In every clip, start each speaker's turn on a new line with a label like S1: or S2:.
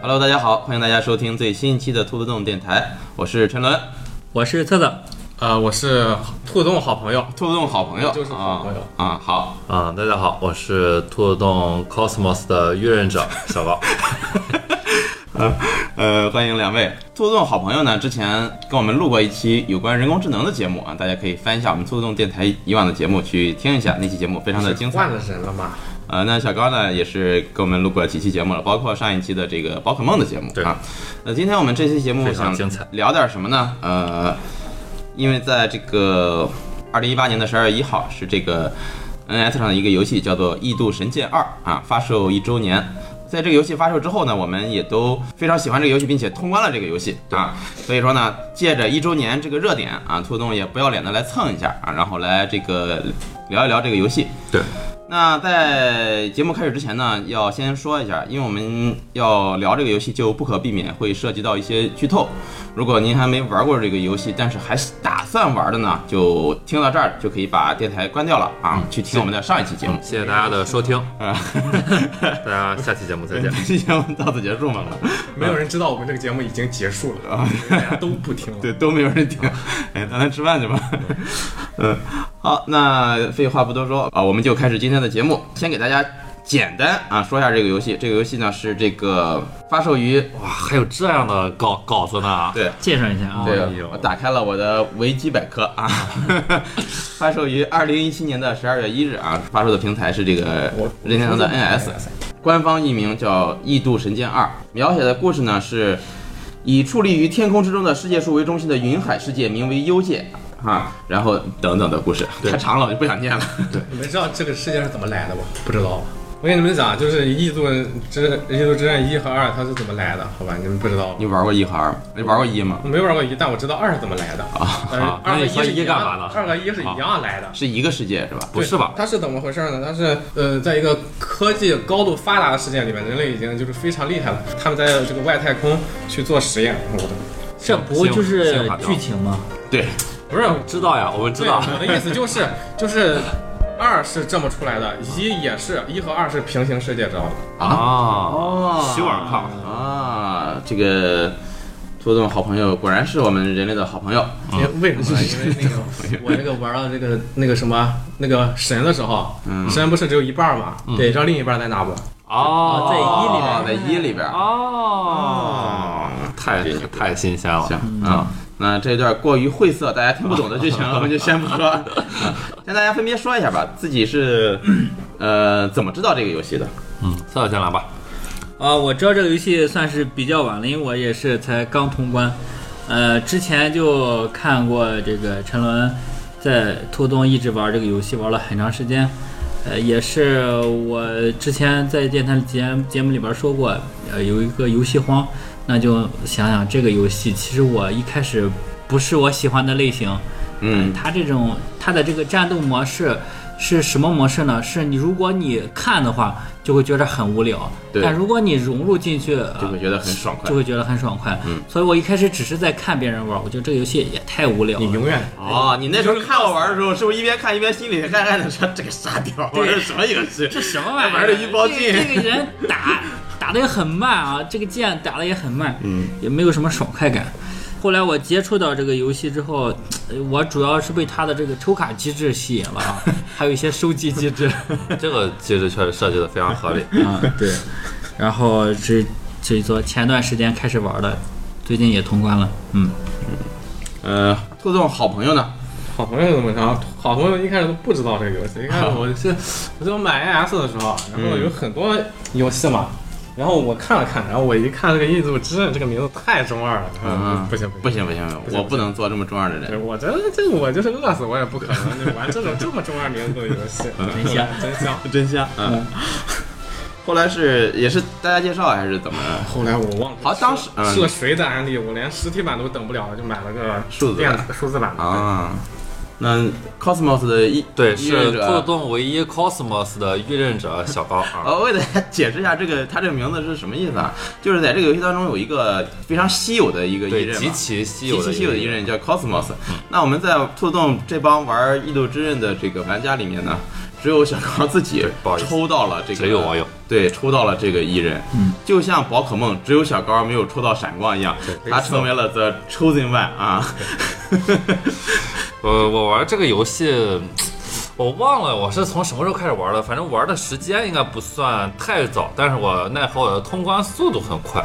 S1: Hello，大家好，欢迎大家收听最新一期的兔子洞电台，我是陈伦，
S2: 我是策策
S3: 呃，我是兔洞好朋友，
S1: 兔子洞好朋友，
S3: 就是好朋友
S1: 啊啊，好，
S4: 啊、大家好，我是兔子洞 Cosmos 的越任者小 高。
S1: 呃，欢迎两位。兔子洞好朋友呢，之前跟我们录过一期有关人工智能的节目啊，大家可以翻一下我们兔子洞电台以往的节目去听一下，那期节目非常的精彩
S3: 换。了人了嘛？
S1: 呃，那小高呢也是跟我们录过几期节目了，包括上一期的这个宝可梦的节目
S4: 对
S1: 啊。那今天我们这期节目
S4: 非常
S1: 想
S4: 精彩
S1: 聊点什么呢？呃，因为在这个二零一八年的十二月一号是这个 NS 上的一个游戏叫做《异度神剑二》啊，发售一周年。在这个游戏发售之后呢，我们也都非常喜欢这个游戏，并且通关了这个游戏啊。所以说呢，借着一周年这个热点啊，兔洞也不要脸的来蹭一下啊，然后来这个聊一聊这个游戏。
S4: 对，
S1: 那在节目开始之前呢，要先说一下，因为我们要聊这个游戏，就不可避免会涉及到一些剧透。如果您还没玩过这个游戏，但是还打算玩的呢，就听到这儿就可以把电台关掉了啊，去听我们的上一期节目。
S4: 谢谢大家的收听，
S1: 啊，
S4: 大家下期节目再见
S1: 本。期节目到此结束嘛？
S3: 没有人知道我们这个节目已经结束了，
S1: 啊，
S3: 大家都不听了。
S1: 对，都没有人听。哎，咱咱吃饭去吧。嗯，好，那废话不多说啊，我们就开始今天的节目。先给大家简单啊说一下这个游戏。这个游戏呢是这个发售于
S4: 哇，还有这样的稿稿子呢？
S1: 对。
S2: 介绍一下啊，
S1: 对
S4: 哎，呦
S1: 我打开了我的维基百科啊， 发售于二零一七年的十二月一日啊，发售的平台是这个
S3: 我
S1: 任天堂的
S3: 我
S1: NS，官方译名叫《异度神剑二》，描写的故事呢是以矗立于天空之中的世界树为中心的云海世界名为幽界。啊，然后等等的故事太长了，我就不想念了。
S3: 你们知道这个世界是怎么来的吗？不知道。
S4: 啊
S3: 我跟你们讲，就是《异度之异度之刃》一和二它是怎么来的，好吧？你们不知道。
S1: 你玩过一和二吗？你玩过一吗？
S3: 我没玩过一，但我知道二是怎么来的。但是
S4: 啊
S3: 二和
S4: 那你说
S3: 是一
S4: 一干
S3: 样
S4: 嘛呢
S3: 二和一是一样来的。
S1: 是一个世界是吧？
S4: 不是吧？
S3: 它是怎么回事呢？它是呃，在一个科技高度发达的世界里面，人类已经就是非常厉害了。他们在这个外太空去做实验，我的
S2: 这不就是剧情吗？
S1: 对，
S3: 不是
S4: 知道呀，我们知
S3: 对，
S4: 道。
S3: 我的意思就是就是二是这么出来的，一也是一和二是平行世界知道吗？
S4: 啊，
S1: 哦
S4: 徐尔康
S1: 啊，这个兔洞好朋友果然是我们人类的好朋友。
S3: 因为为什么呢？因为 那个我那个玩到这个那个什么那个神的时候，
S1: 嗯
S3: 神不是只有一半儿嘛？得让另一半儿在哪不？
S4: 哦，
S2: 在一里边
S1: 哦在一里边儿。
S4: 哦，太太新鲜了。
S1: 行啊、那这段过于晦涩，大家听不懂的剧情，我们就先不说。啊先大家分别说一下吧，自己是呃怎么知道这个游戏的？
S4: 嗯，策策先来吧。
S2: 啊，我知道这个游戏算是比较晚了，因为我也是才刚通关。呃，之前就看过这个陈伦在兔东一直玩这个游戏，玩了很长时间。呃，也是我之前在电台节节目里边说过，呃，有一个游戏荒，那就想想这个游戏，其实我一开始不是我喜欢的类型，
S1: 嗯
S2: 它这种它的这个战斗模式是什么模式呢？是你如果你看的话，就会觉得很无聊，
S1: 对
S2: 但如果你融入进去，呃
S1: 就会觉得很爽快嗯
S2: 就会觉得很爽快。所以我一开始只是在看别人玩，我觉得这个游戏也太无聊了。
S3: 你永远
S1: 哦，你那时候看我玩的时候，是不是一边看一边心里暗暗的说这个傻屌，这是什么游戏？
S2: 这什么玩意儿？
S1: 玩的一包劲
S2: 这个这个人打打的也很慢啊，这个剑打的也很慢，嗯，也没有什么爽快感。后来我接触到这个游戏之后，呃我主要是被它的这个抽卡机制吸引了啊， 还有一些收集机制。
S4: 这个机制确实设计的非常合 理。
S2: 啊，对。然后这这一座前段时间开始玩的，最近也通关了。嗯，
S1: 呃，兔洞好朋友呢？
S3: 好朋友怎么着？好朋友一开始都不知道这个游戏，一开始我是我就买 NS 的时候，然后有很多游戏嘛，然后我看了看，然后我一看这个《异度之刃》这个名字太中二了，
S1: 嗯
S3: 不行
S1: 不
S3: 不行。
S1: 行不行，不行我不能做这么中二的人。
S3: 对，我觉得这我就是饿死我也不可能就玩这种这么中二名字的游戏，真
S2: 香，
S3: 真香！
S1: 真香，嗯。后来是也是大家介绍还是怎么？
S3: 后来我忘了，
S1: 好当时嗯
S3: 是个谁的案例，我连实体版都等不了了，就买了个
S1: 数字版
S3: 电子数字版的。
S1: 啊，那 Cosmos 的一
S4: 对，
S1: 一任
S4: 是
S1: 者
S4: 兔洞唯一 Cosmos 的预任者小高啊。
S1: 呃，我给大家解释一下这个它这个名字是什么意思啊？就是在这个游戏当中有一个非常稀有的一个一
S4: 对，
S1: 刃
S4: 极
S1: 嘛。
S4: 其稀
S1: 极
S4: 有
S1: 其
S4: 的
S1: 稀有的
S4: 一
S1: 一
S4: 任。
S1: 刃
S4: 嗯
S1: 叫 Cosmos，、那我们在兔洞这帮玩《异度之刃》的这个玩家里面呢，只有小康自己
S4: 不好意思
S1: 抽到了这个，
S4: 只有网友
S1: 对抽到了这个艺人，
S2: 嗯，
S1: 就像宝可梦只有小高没有抽到闪光一样，他成为了 the chosen one 啊，
S4: 呃我我玩这个游戏，我忘了我是从什么时候开始玩的，反正玩的时间应该不算太早，但是我奈何我的通关速度很 快，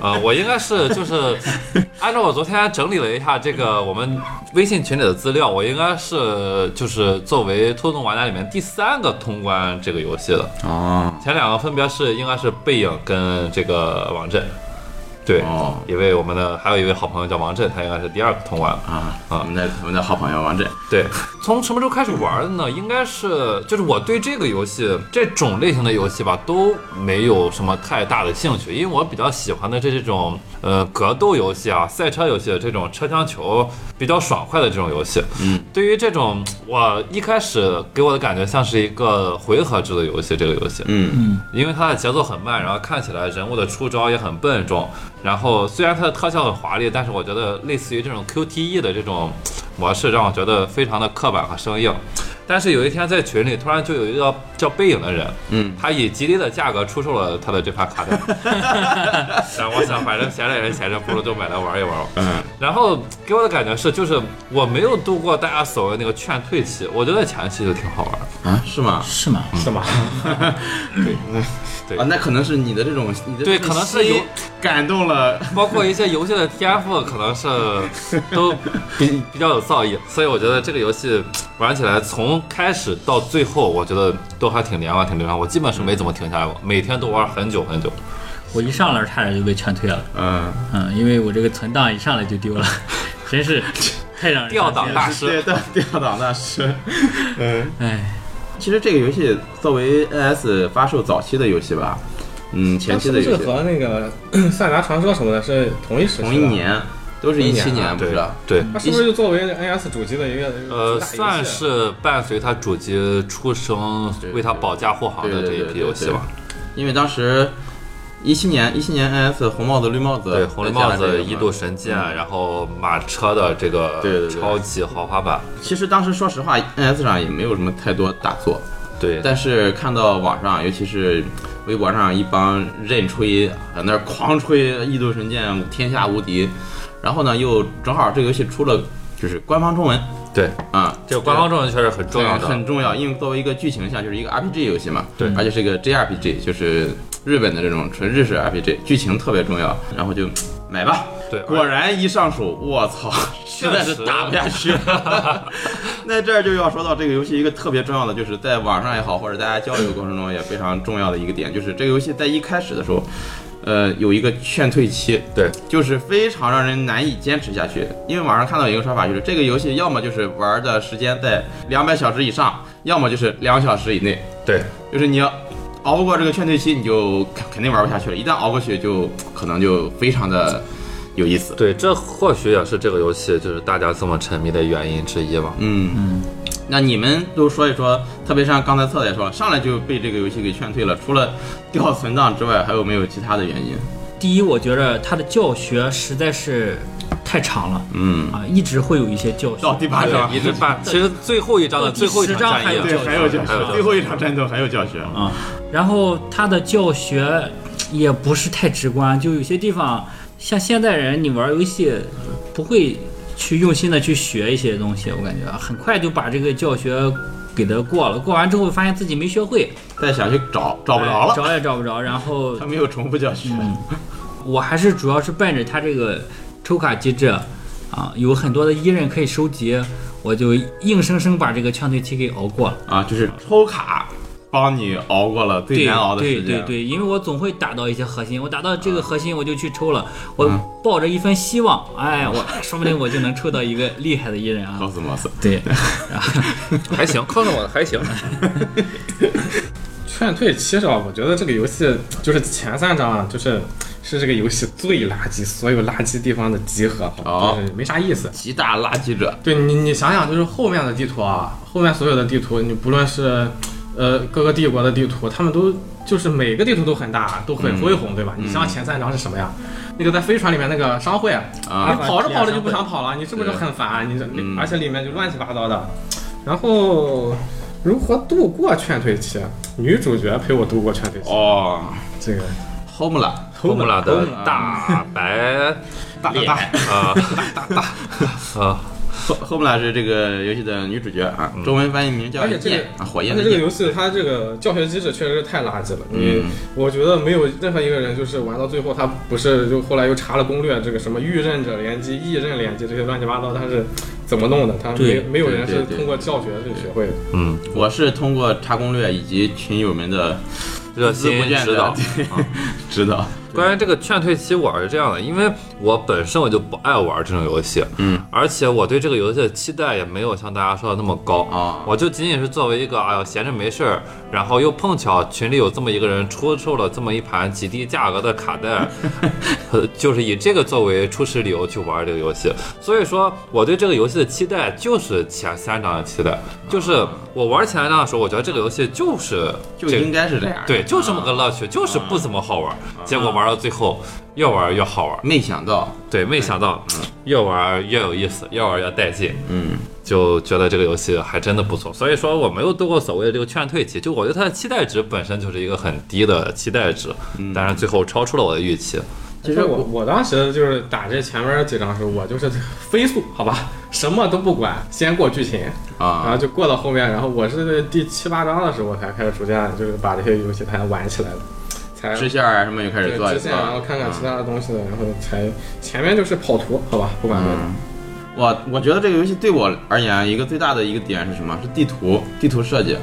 S4: 呃，我应该是就是 按照我昨天整理了一下这个我们微信群里的资料，我应该是就是作为兔动玩家里面第三个通关这个游戏的，
S1: 哦
S4: 前两个分别是应该是背影跟这个王震，对，
S1: 哦
S4: 一位我们的还有一位好朋友叫王震，他应该是第二个通关。
S1: 啊，我们的我们的好朋友王震，
S4: 对，从什么时候开始玩的呢？应该是就是我对这个游戏这种类型的游戏吧，都没有什么太大的兴趣，因为我比较喜欢的是这种呃格斗游戏啊、赛车游戏的这种车枪球比较爽快的这种游戏。
S1: 嗯，
S4: 对于这种我一开始给我的感觉像是一个回合制的游戏，这个游戏，
S1: 嗯
S4: 因为它的节奏很慢，然后看起来人物的出招也很笨重，然后虽然它的特效很华丽，但是我觉得类似于这种 QTE 的这种模式让我觉得非常的刻板和生硬。但是有一天在群里突然就有一个叫背影的人，
S1: 嗯，
S4: 他以极低的价格出售了他的这 盘卡带，然后我想反正闲着也是闲着，不如就买来玩一玩。
S1: 嗯
S4: 然后给我的感觉是，就是我没有度过大家所谓那个劝退期，我觉得前期就挺好玩的。
S1: 啊是吗？
S2: 是吗？
S3: 是吗？
S4: 对
S1: 啊，那可能是你的这种你的
S4: 对可能是有
S1: 吸感动了，
S4: 包括一些游戏的天赋，可能是都比比较有造诣，所以我觉得这个游戏玩起来从开始到最后，我觉得都还挺连贯、挺流畅。我基本是没怎么停下来
S1: 嗯
S4: 过，每天都玩很久很久。
S2: 我一上来差点就被劝退了，
S1: 嗯，
S2: 嗯，因为我这个存档一上来就丢了， 真是太让人
S4: 调档大
S2: 伤
S4: 师，
S1: 对， 对，掉档那是，嗯。
S2: 心了哎，
S1: 其实这个游戏作为 NS 发售早期的游戏吧，嗯，前期的
S3: 它是
S1: 游
S3: 不是
S1: 戏，
S3: 和那个《塞尔达传说》什么的是同一时期的
S1: 同一，年，都是一七年，不
S4: 对
S1: 是啊吧？
S4: 对，
S3: 它是不是就作为 NS 主机的一个
S1: 嗯
S4: 呃，
S3: 主打游戏啊
S4: 算是伴随他主机出生、为他保驾护航的这一批游戏吧。
S1: 因为当时一七年，一七年 NS 红帽子绿帽子，
S4: 对，红绿帽
S1: 再加上这
S4: 子、
S1: 个
S4: 一度神剑，然后马车的这
S1: 对对
S4: 个
S1: 对
S4: 超级豪华版，
S1: 其实当时说实话，NS 上也没有什么太多大作，
S4: 对，
S1: 但是看到网上，尤其是微博上一帮认吹，在那儿狂吹《异度神剑》天下无敌，然后呢，又正好这个游戏出了就是官方中文
S4: 对，
S1: 啊，
S4: 这个官方中文确实很重要
S1: 对
S4: 的。
S1: 很重要，因为作为一个剧情向，就是一个 RPG 游戏嘛，
S4: 对
S1: 而且是一个 JRPG，就是日本的这种纯日式 RPG，剧情特别重要，然后就买吧。
S4: 对，而
S1: 果然一上手，我操，实在是打不下去。 那这儿就要说到这个游戏一个特别重要的，就是在网上也好，或者大家交流过程中也非常重要的一个点，就是这个游戏在一开始的时候，呃，有一个劝退期，
S4: 对，
S1: 就是非常让人难以坚持下去。因为网上看到有一个说法，就是这个游戏要么就是玩的时间在两百小时以上，要么就是两小时以内，
S4: 对，
S1: 就是你要熬不过这个劝退期，你就肯肯定玩不下去了。一旦熬过去，就可能就非常的有意思。
S4: 对，这或许也是这个游戏就是大家这么沉迷的原因之一吧。
S1: 嗯，
S2: 嗯，
S1: 那你们都说一说，特别像刚才策也说了，上来就被这个游戏给劝退了，除了掉存档之外，还有没有其他的原因？
S2: 第一，我觉得他的教学实在是太长了
S1: 嗯，
S2: 啊，一直会有一些教学
S1: 到。第八章
S4: 一直办。其实最后一章的最后一场战役
S2: 第十章还有
S1: 对，还有教
S4: 还有
S1: 学，
S4: 教学
S1: 最后一场战斗还有教学。
S2: 啊、然后他的教学也不是太直观，就有些地方像现代人，你玩游戏不会去用心的去学一些东西，我感觉啊很快就把这个教学给它过了，过完之后发现自己没学会，
S1: 再想去找，找不着
S2: 哎
S1: 了，
S2: 找也找不着。然后
S1: 他没有重复教学。
S2: 我还是主要是奔着它这个抽卡机制啊，有很多的伊刃可以收集，我就硬生生把这个劝退期给熬过了。
S1: 啊，就是抽卡帮你熬过了最难熬的时间。
S2: 对
S1: 嗯
S2: 对对对，因为我总会打到一些核心，我打到这个核心我就去抽了，我抱着一份希望，哎，我说不定我就能抽到一个厉害的艺人啊。
S1: ，Cosmos，
S2: 对，
S4: 还行，坑了我还 行。
S3: 劝退期是吧？我觉得这个游戏就是前三章啊，就是是这个游戏最垃圾，所有垃圾地方的集合，
S1: 哦
S3: 就是没啥意思。
S1: 极大垃圾者。
S3: 对你，你想想，就是后面的地图啊，后面所有的地图，你不论是呃各个帝国的地图，他们都就是每个地图都很大，都
S1: 嗯
S3: 很恢宏，对吧？你像前三章是什么呀？那个在飞船里面那个商会，
S1: 啊
S3: 你跑着跑着就不啊想跑了，你是不是很烦？你这、
S1: 嗯
S3: 而且里面就乱七八糟的，然后。如何度过劝退期？啊女主角陪我度过劝退期，
S1: 哦
S3: 这个
S1: ，home 了，
S4: 后木拉的
S1: 嗯
S4: 大啊白
S1: 大大大
S4: 啊啊，
S1: ，home home 了是这个游戏的女主角啊，中文翻译名叫
S3: 而且这个
S1: 焰啊，火
S3: 而
S1: 焰
S3: 且
S1: 的
S3: 这个
S1: 焰
S3: 游戏它这个教学机制确实是太垃圾了。
S1: 嗯
S3: 你我觉得没有任何一个人就是玩到最后，他不是就后来又查了攻略，这个什么预刃者联机、异刃联机这些乱七八糟，他是怎么弄的？他没
S2: 对
S3: 没有人
S1: 对
S3: 是
S1: 对对
S3: 通过教学去学会的。
S4: 嗯，
S1: 我是通过查攻略以及群友们的
S4: 热
S1: 孜孜
S4: 心
S1: 不倦
S4: 指导
S1: 的。 啊指导，
S4: 关于这个劝退期，我是这样的，因为我本身我就不爱玩这种游戏，
S1: 嗯，
S4: 而且我对这个游戏的期待也没有像大家说的那么高
S1: 啊
S4: 我就仅仅是作为一个哎呀闲着没事儿，然后又碰巧群里有这么一个人出售了这么一盘极低价格的卡带， 呃就是以这个作为初始理由去玩这个游戏。所以说，我对这个游戏的期待就是前三章的期待，就是我玩前三章的时候，我觉得这个游戏就是
S1: 就
S4: 这个
S1: 应该啊是这样。
S4: 对，就这么个乐趣，就是不怎么好玩儿。结果玩到最后，越玩儿越好玩儿。
S1: 没想到，
S4: 对，没想到嗯越玩儿越有意思，越玩儿越带劲，
S1: 嗯，
S4: 就觉得这个游戏还真的不错。所以说，我没有度过所谓的这个劝退期，就我对它的期待值本身就是一个很低的期待值，
S1: 嗯
S4: 但是最后超出了我的预期。
S1: 其实
S3: 我我当时就是打这前面几张时，候，我就是飞速，好吧，什么都不管，先过剧情，然后
S1: 啊，
S3: 就过到后面，然后我是第七八章的时候我才开始逐渐就是把这些游戏才玩起来的，才
S1: 支线啊什么又开始
S3: 对
S1: 做一
S3: 支
S1: 做
S3: 线，然后看看
S1: 啊
S3: 其他的东西的，然后才前面就是跑图，好吧，不管了。
S1: 嗯，我我觉得这个游戏对我而言一个最大的一个点是什么？是地图，地图设计。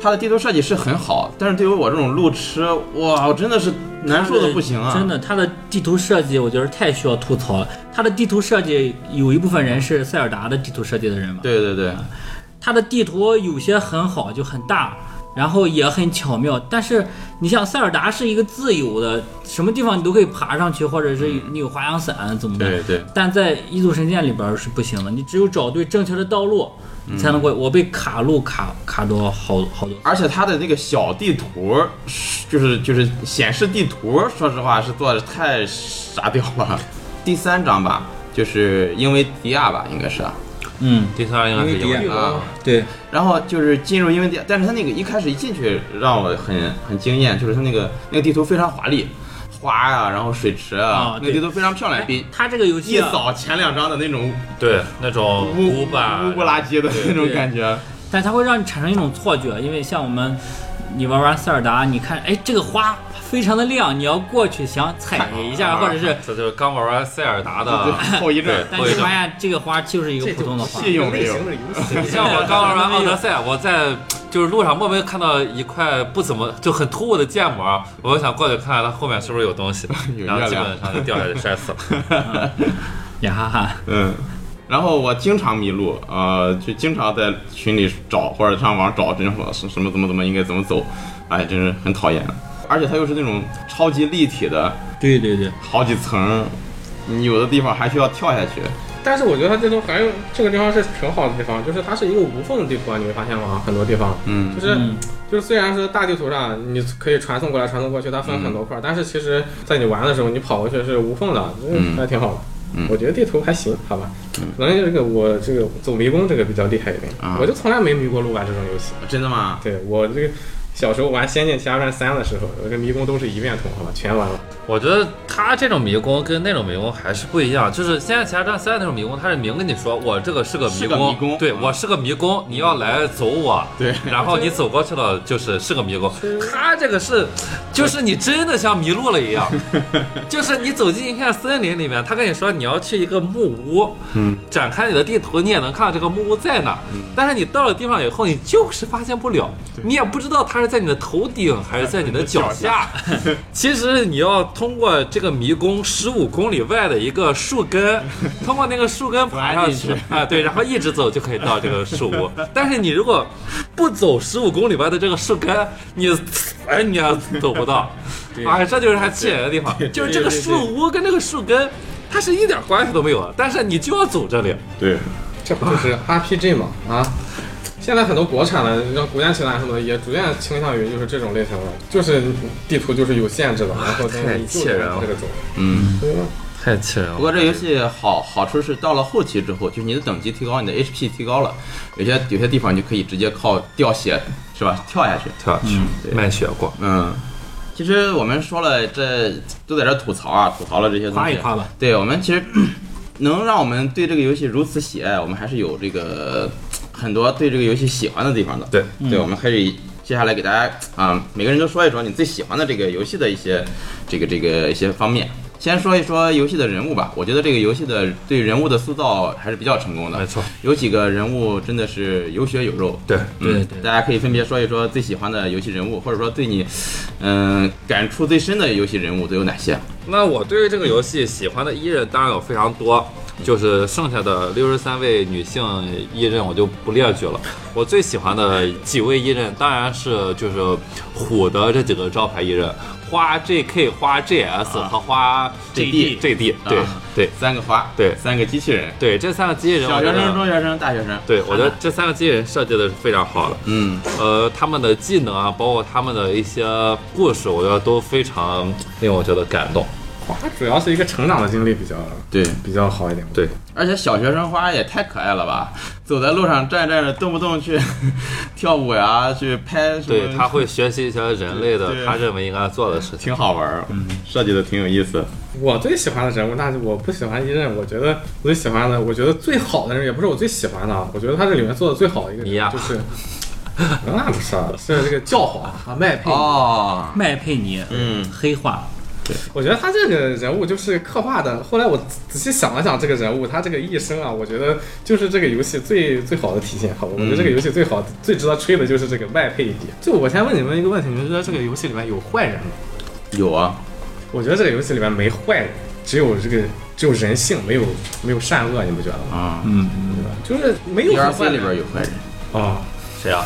S1: 它的地图设计是很好，但是对于我这种路痴，哇，我真的是难受的不行啊！
S2: 真的，它的地图设计我觉得太需要吐槽了。它的地图设计有一部分人是塞尔达的地图设计的人嘛，
S1: 对对对，
S2: 它的地图有些很好，就很大，然后也很巧妙。但是你像塞尔达是一个自由的，什么地方你都可以爬上去，或者是你有滑翔伞怎么的。
S1: 对对，
S2: 但在《异度神剑》里边儿是不行的，你只有找对正确的道路，你才能过。我被卡路卡卡多好好多。
S1: 而且它的那个小地图，就是就是显示地图，说实话是做的太傻屌了。第三章吧，就是因为迪亚吧，应该是啊，
S2: 嗯，
S4: 第三应该是
S3: 因为
S4: 有
S3: 第一
S4: 的
S3: 个
S1: 啊
S2: 对，
S1: 然后就是进入因为地，但是他那个一开始一进去让我很很惊艳，就是他那个那个地图非常华丽，花呀、然后水池啊
S2: 啊，
S1: 那个
S2: 对
S1: 地图非常漂亮，比
S2: 它这个游戏
S1: 一
S2: 啊
S1: 扫前两张的那种
S4: 对那种
S1: 乌
S4: 古板
S1: 乌不拉几的那种感觉。
S2: 但它会让你产生一种错觉，因为像我们，你玩完塞尔达，你看，哎，这个花非常的亮，你要过去想踩一下，
S4: 啊
S2: 或者是，
S4: 这就是刚玩完塞尔达的。
S1: 对后遗症
S4: 对
S2: 但你发现这个花就是一个普通的花。
S1: 这就不是一个类型
S3: 的游
S4: 你像我刚玩完奥德赛，我在就是路上莫名看到一块不怎么就很突兀的建模，我就想过去看看它后面是不是有东西，
S1: 有
S4: 然后
S1: 月
S4: 基
S1: 亮
S4: 本上就掉下去摔死了。
S2: 呀哈哈，
S1: 嗯，然后我经常迷路，呃，就经常在群里找或者上网找，真说什什么怎么怎么应该怎么走，哎，真是很讨厌。而且它又是那种超级立体的，
S2: 对对对，
S1: 好几层，你有的地方还需要跳下去。
S3: 但是我觉得它这种还有这个地方是挺好的地方，就是它是一个无缝的地图啊，你会发现吗？很多地方
S1: 嗯
S3: 就是。
S2: 嗯
S3: 就是虽然是大地图上你可以传送过来、传送过去，它分很多块儿，但是其实在你玩的时候，你跑过去是无缝的，
S1: 嗯
S3: 还挺好的。
S1: 嗯
S3: 我觉得地图还行，好吧，可能这个我这个走迷宫这个比较厉害一点，
S1: 啊
S3: 我就从来没迷过路吧这种游戏。
S1: 真的吗？
S3: 对我这个小时候玩《仙剑奇侠传三》的时候，我这迷宫都是一遍通，好吧，全玩了。
S4: 我觉得它这种迷宫跟那种迷宫还是不一样，就是《现在《奇侠传三》那种迷宫，它是明跟你说我这个是个
S1: 是
S4: 迷
S1: 个
S4: 宫，
S1: 迷宫
S4: 对
S1: 嗯
S4: 我是个迷宫，你要来走我，
S1: 对
S4: 然后你走过去了就是是个迷宫，它这个是，就是你真的像迷路了一样， 就是你走进一片森林里面，他跟你说你要去一个木屋，
S1: 嗯，
S4: 展开你的地图，你也能看到这个木屋在哪儿，但是你到了地方以后，你就是发现不了，你也不知道它是在你的头顶还是在你的脚 下。其实你要通过这个迷宫十五公里外的一个树根， 通过那个树根爬上去
S1: 爬进
S4: 啊，对，然后一直走就可以到这个树 屋。但是你如果不走十五公里外的这个树根，你哎你也走不到。啊，这就是它气人的地方，就是这个树屋跟这个树根，它是一点关系都没有的，但是你就要走这里。
S1: 对，
S3: 这不就是 RPG 吗？啊，现在很多国产的，像《古剑奇谭》什么的，也逐渐倾向于就是这种类型的，就是地图就是有限制的，然后
S4: 太
S3: 但是你
S4: 气
S3: 就
S4: 人
S3: 能
S4: 了
S3: 这个走。
S1: 嗯，
S3: 对吧
S4: 太气人了。
S1: 不过这游戏好好处是到了后期之后，就是你的等级提高，你的 HP 提高了，有些有些地方你就可以直接靠掉血是吧，跳下去。
S4: 跳下去、
S1: 对
S4: 卖血过，
S1: 嗯，其实我们说了这都在这吐槽啊，吐槽了这些东西。
S3: 夸一夸吧。
S1: 对我们其实能让我们对这个游戏如此喜爱，我们还是有这个很多对这个游戏喜欢的地方的。
S4: 对，嗯
S1: 对，我们可以接下来给大家啊、每个人都说一说你最喜欢的这个游戏的一些这个这个一些方面。先说一说游戏的人物吧，我觉得这个游戏的对人物的塑造还是比较成功
S4: 没
S1: 的，
S4: 错，
S1: 有几个人物真的是有血有肉。
S4: 哎对，
S2: 对
S1: 嗯
S2: 对
S1: 大家可以分别说一说最喜欢的游戏人物，或者说对你，嗯、感触最深的游戏人物都有哪些？
S4: 那我对于这个游戏喜欢的艺人当然有非常多，就是剩下的六十三位女性艺人我就不列举了。我最喜欢的几位艺人当然是就是虎的这几个招牌艺人，花 JK、花 JS
S3: 啊
S4: 和花
S1: JD
S4: JD，对对
S1: 三个花，
S4: 对
S1: 三个机器人，
S4: 对，这三个机器人，
S1: 小
S4: 我觉
S1: 学生、
S4: 得
S1: 中学生、大学生。
S4: 对我觉
S3: 嗯
S4: 得这三个机器人设计的是非常好的。
S1: 嗯，
S4: 呃，他们的技能啊，包括他们的一些故事，我觉得都非常令我觉得感动。
S3: 他主要是一个成长的经历比较
S1: 对，
S3: 比较好一点。
S4: 对，
S1: 而且小学生花也太可爱了吧！走在路上站站着，动不动去 跳舞呀，去拍什么，
S4: 对，他会学习一些人类
S1: 对
S4: 的他认为应该做的事情。
S1: 挺好玩儿，设计的挺有意思。
S3: 我最喜欢的人物，那我不喜欢一任，我觉得我最喜欢的，我觉得最好的人，也不是我最喜欢的，啊，我觉得他这里面做的最好的一个
S4: 你呀
S3: 人就是，那不是啊，是这个教 皇啊麦佩。
S1: 哦，
S2: 麦佩尼，
S1: 嗯
S2: 黑化，
S3: 我觉得他这个人物就是刻画的。后来我仔细想了想，这个人物他这个一生啊，我觉得就是这个游戏最最好的体现。好吧，我觉得这个游戏最好、最值得吹的就是这个麦佩迪。嗯就我先问你们一个问题，你们觉得这个游戏里面有坏人吗？
S1: 有啊，
S3: 我觉得这个游戏里面没坏人，只有这个只有人性，没有没有善恶，你不觉得吗？
S1: 啊
S2: 嗯，
S3: 对吧？就是没有很坏
S1: ，DLC
S3: 人
S1: 里边有坏人，
S3: 啊。
S4: 谁啊？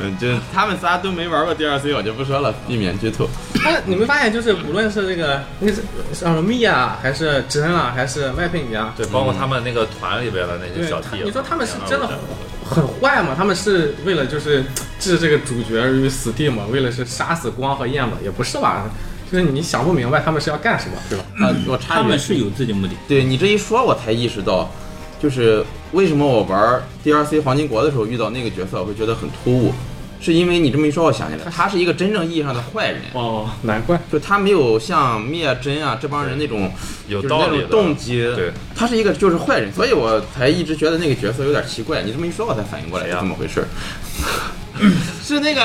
S1: 嗯，就他们仨都没玩过 DLC，我就不说了，避免剧透。
S3: 但你们发现，就是无论是这个那个是像什么蜜啊，还是真啊，还是麦佩尼啊，
S4: 对，包括他们那个团里边的那些
S3: 对
S4: 小
S3: 他
S4: 弟。啊
S3: 你说他们是真的
S4: 然后
S3: 很坏吗？他们是为了就是置这个主角于死地吗？为了是杀死光和焰吗？也不是吧，就是你想不明白他们是要干什么，对吧？
S1: 啊，我插
S2: 他
S1: 一句
S2: 们，是有自己目的。
S1: 对你这一说，我才意识到，就是为什么我玩 DLC 黄金国的时候遇到那个角色，我会觉得很突兀，是因为你这么一说，我想起来，他是一个真正意义上的坏人，
S3: 哦，难怪。
S1: 就他没有像灭真啊这帮人那种
S4: 有
S1: 就是那
S4: 道理
S1: 种
S4: 的
S1: 动机，
S4: 对，
S1: 他是一个就是坏人，所以我才一直觉得那个角色有点奇怪。你这么一说，我才反应过来
S4: 谁
S1: 是
S4: 呀
S1: 这么回事儿。是那个，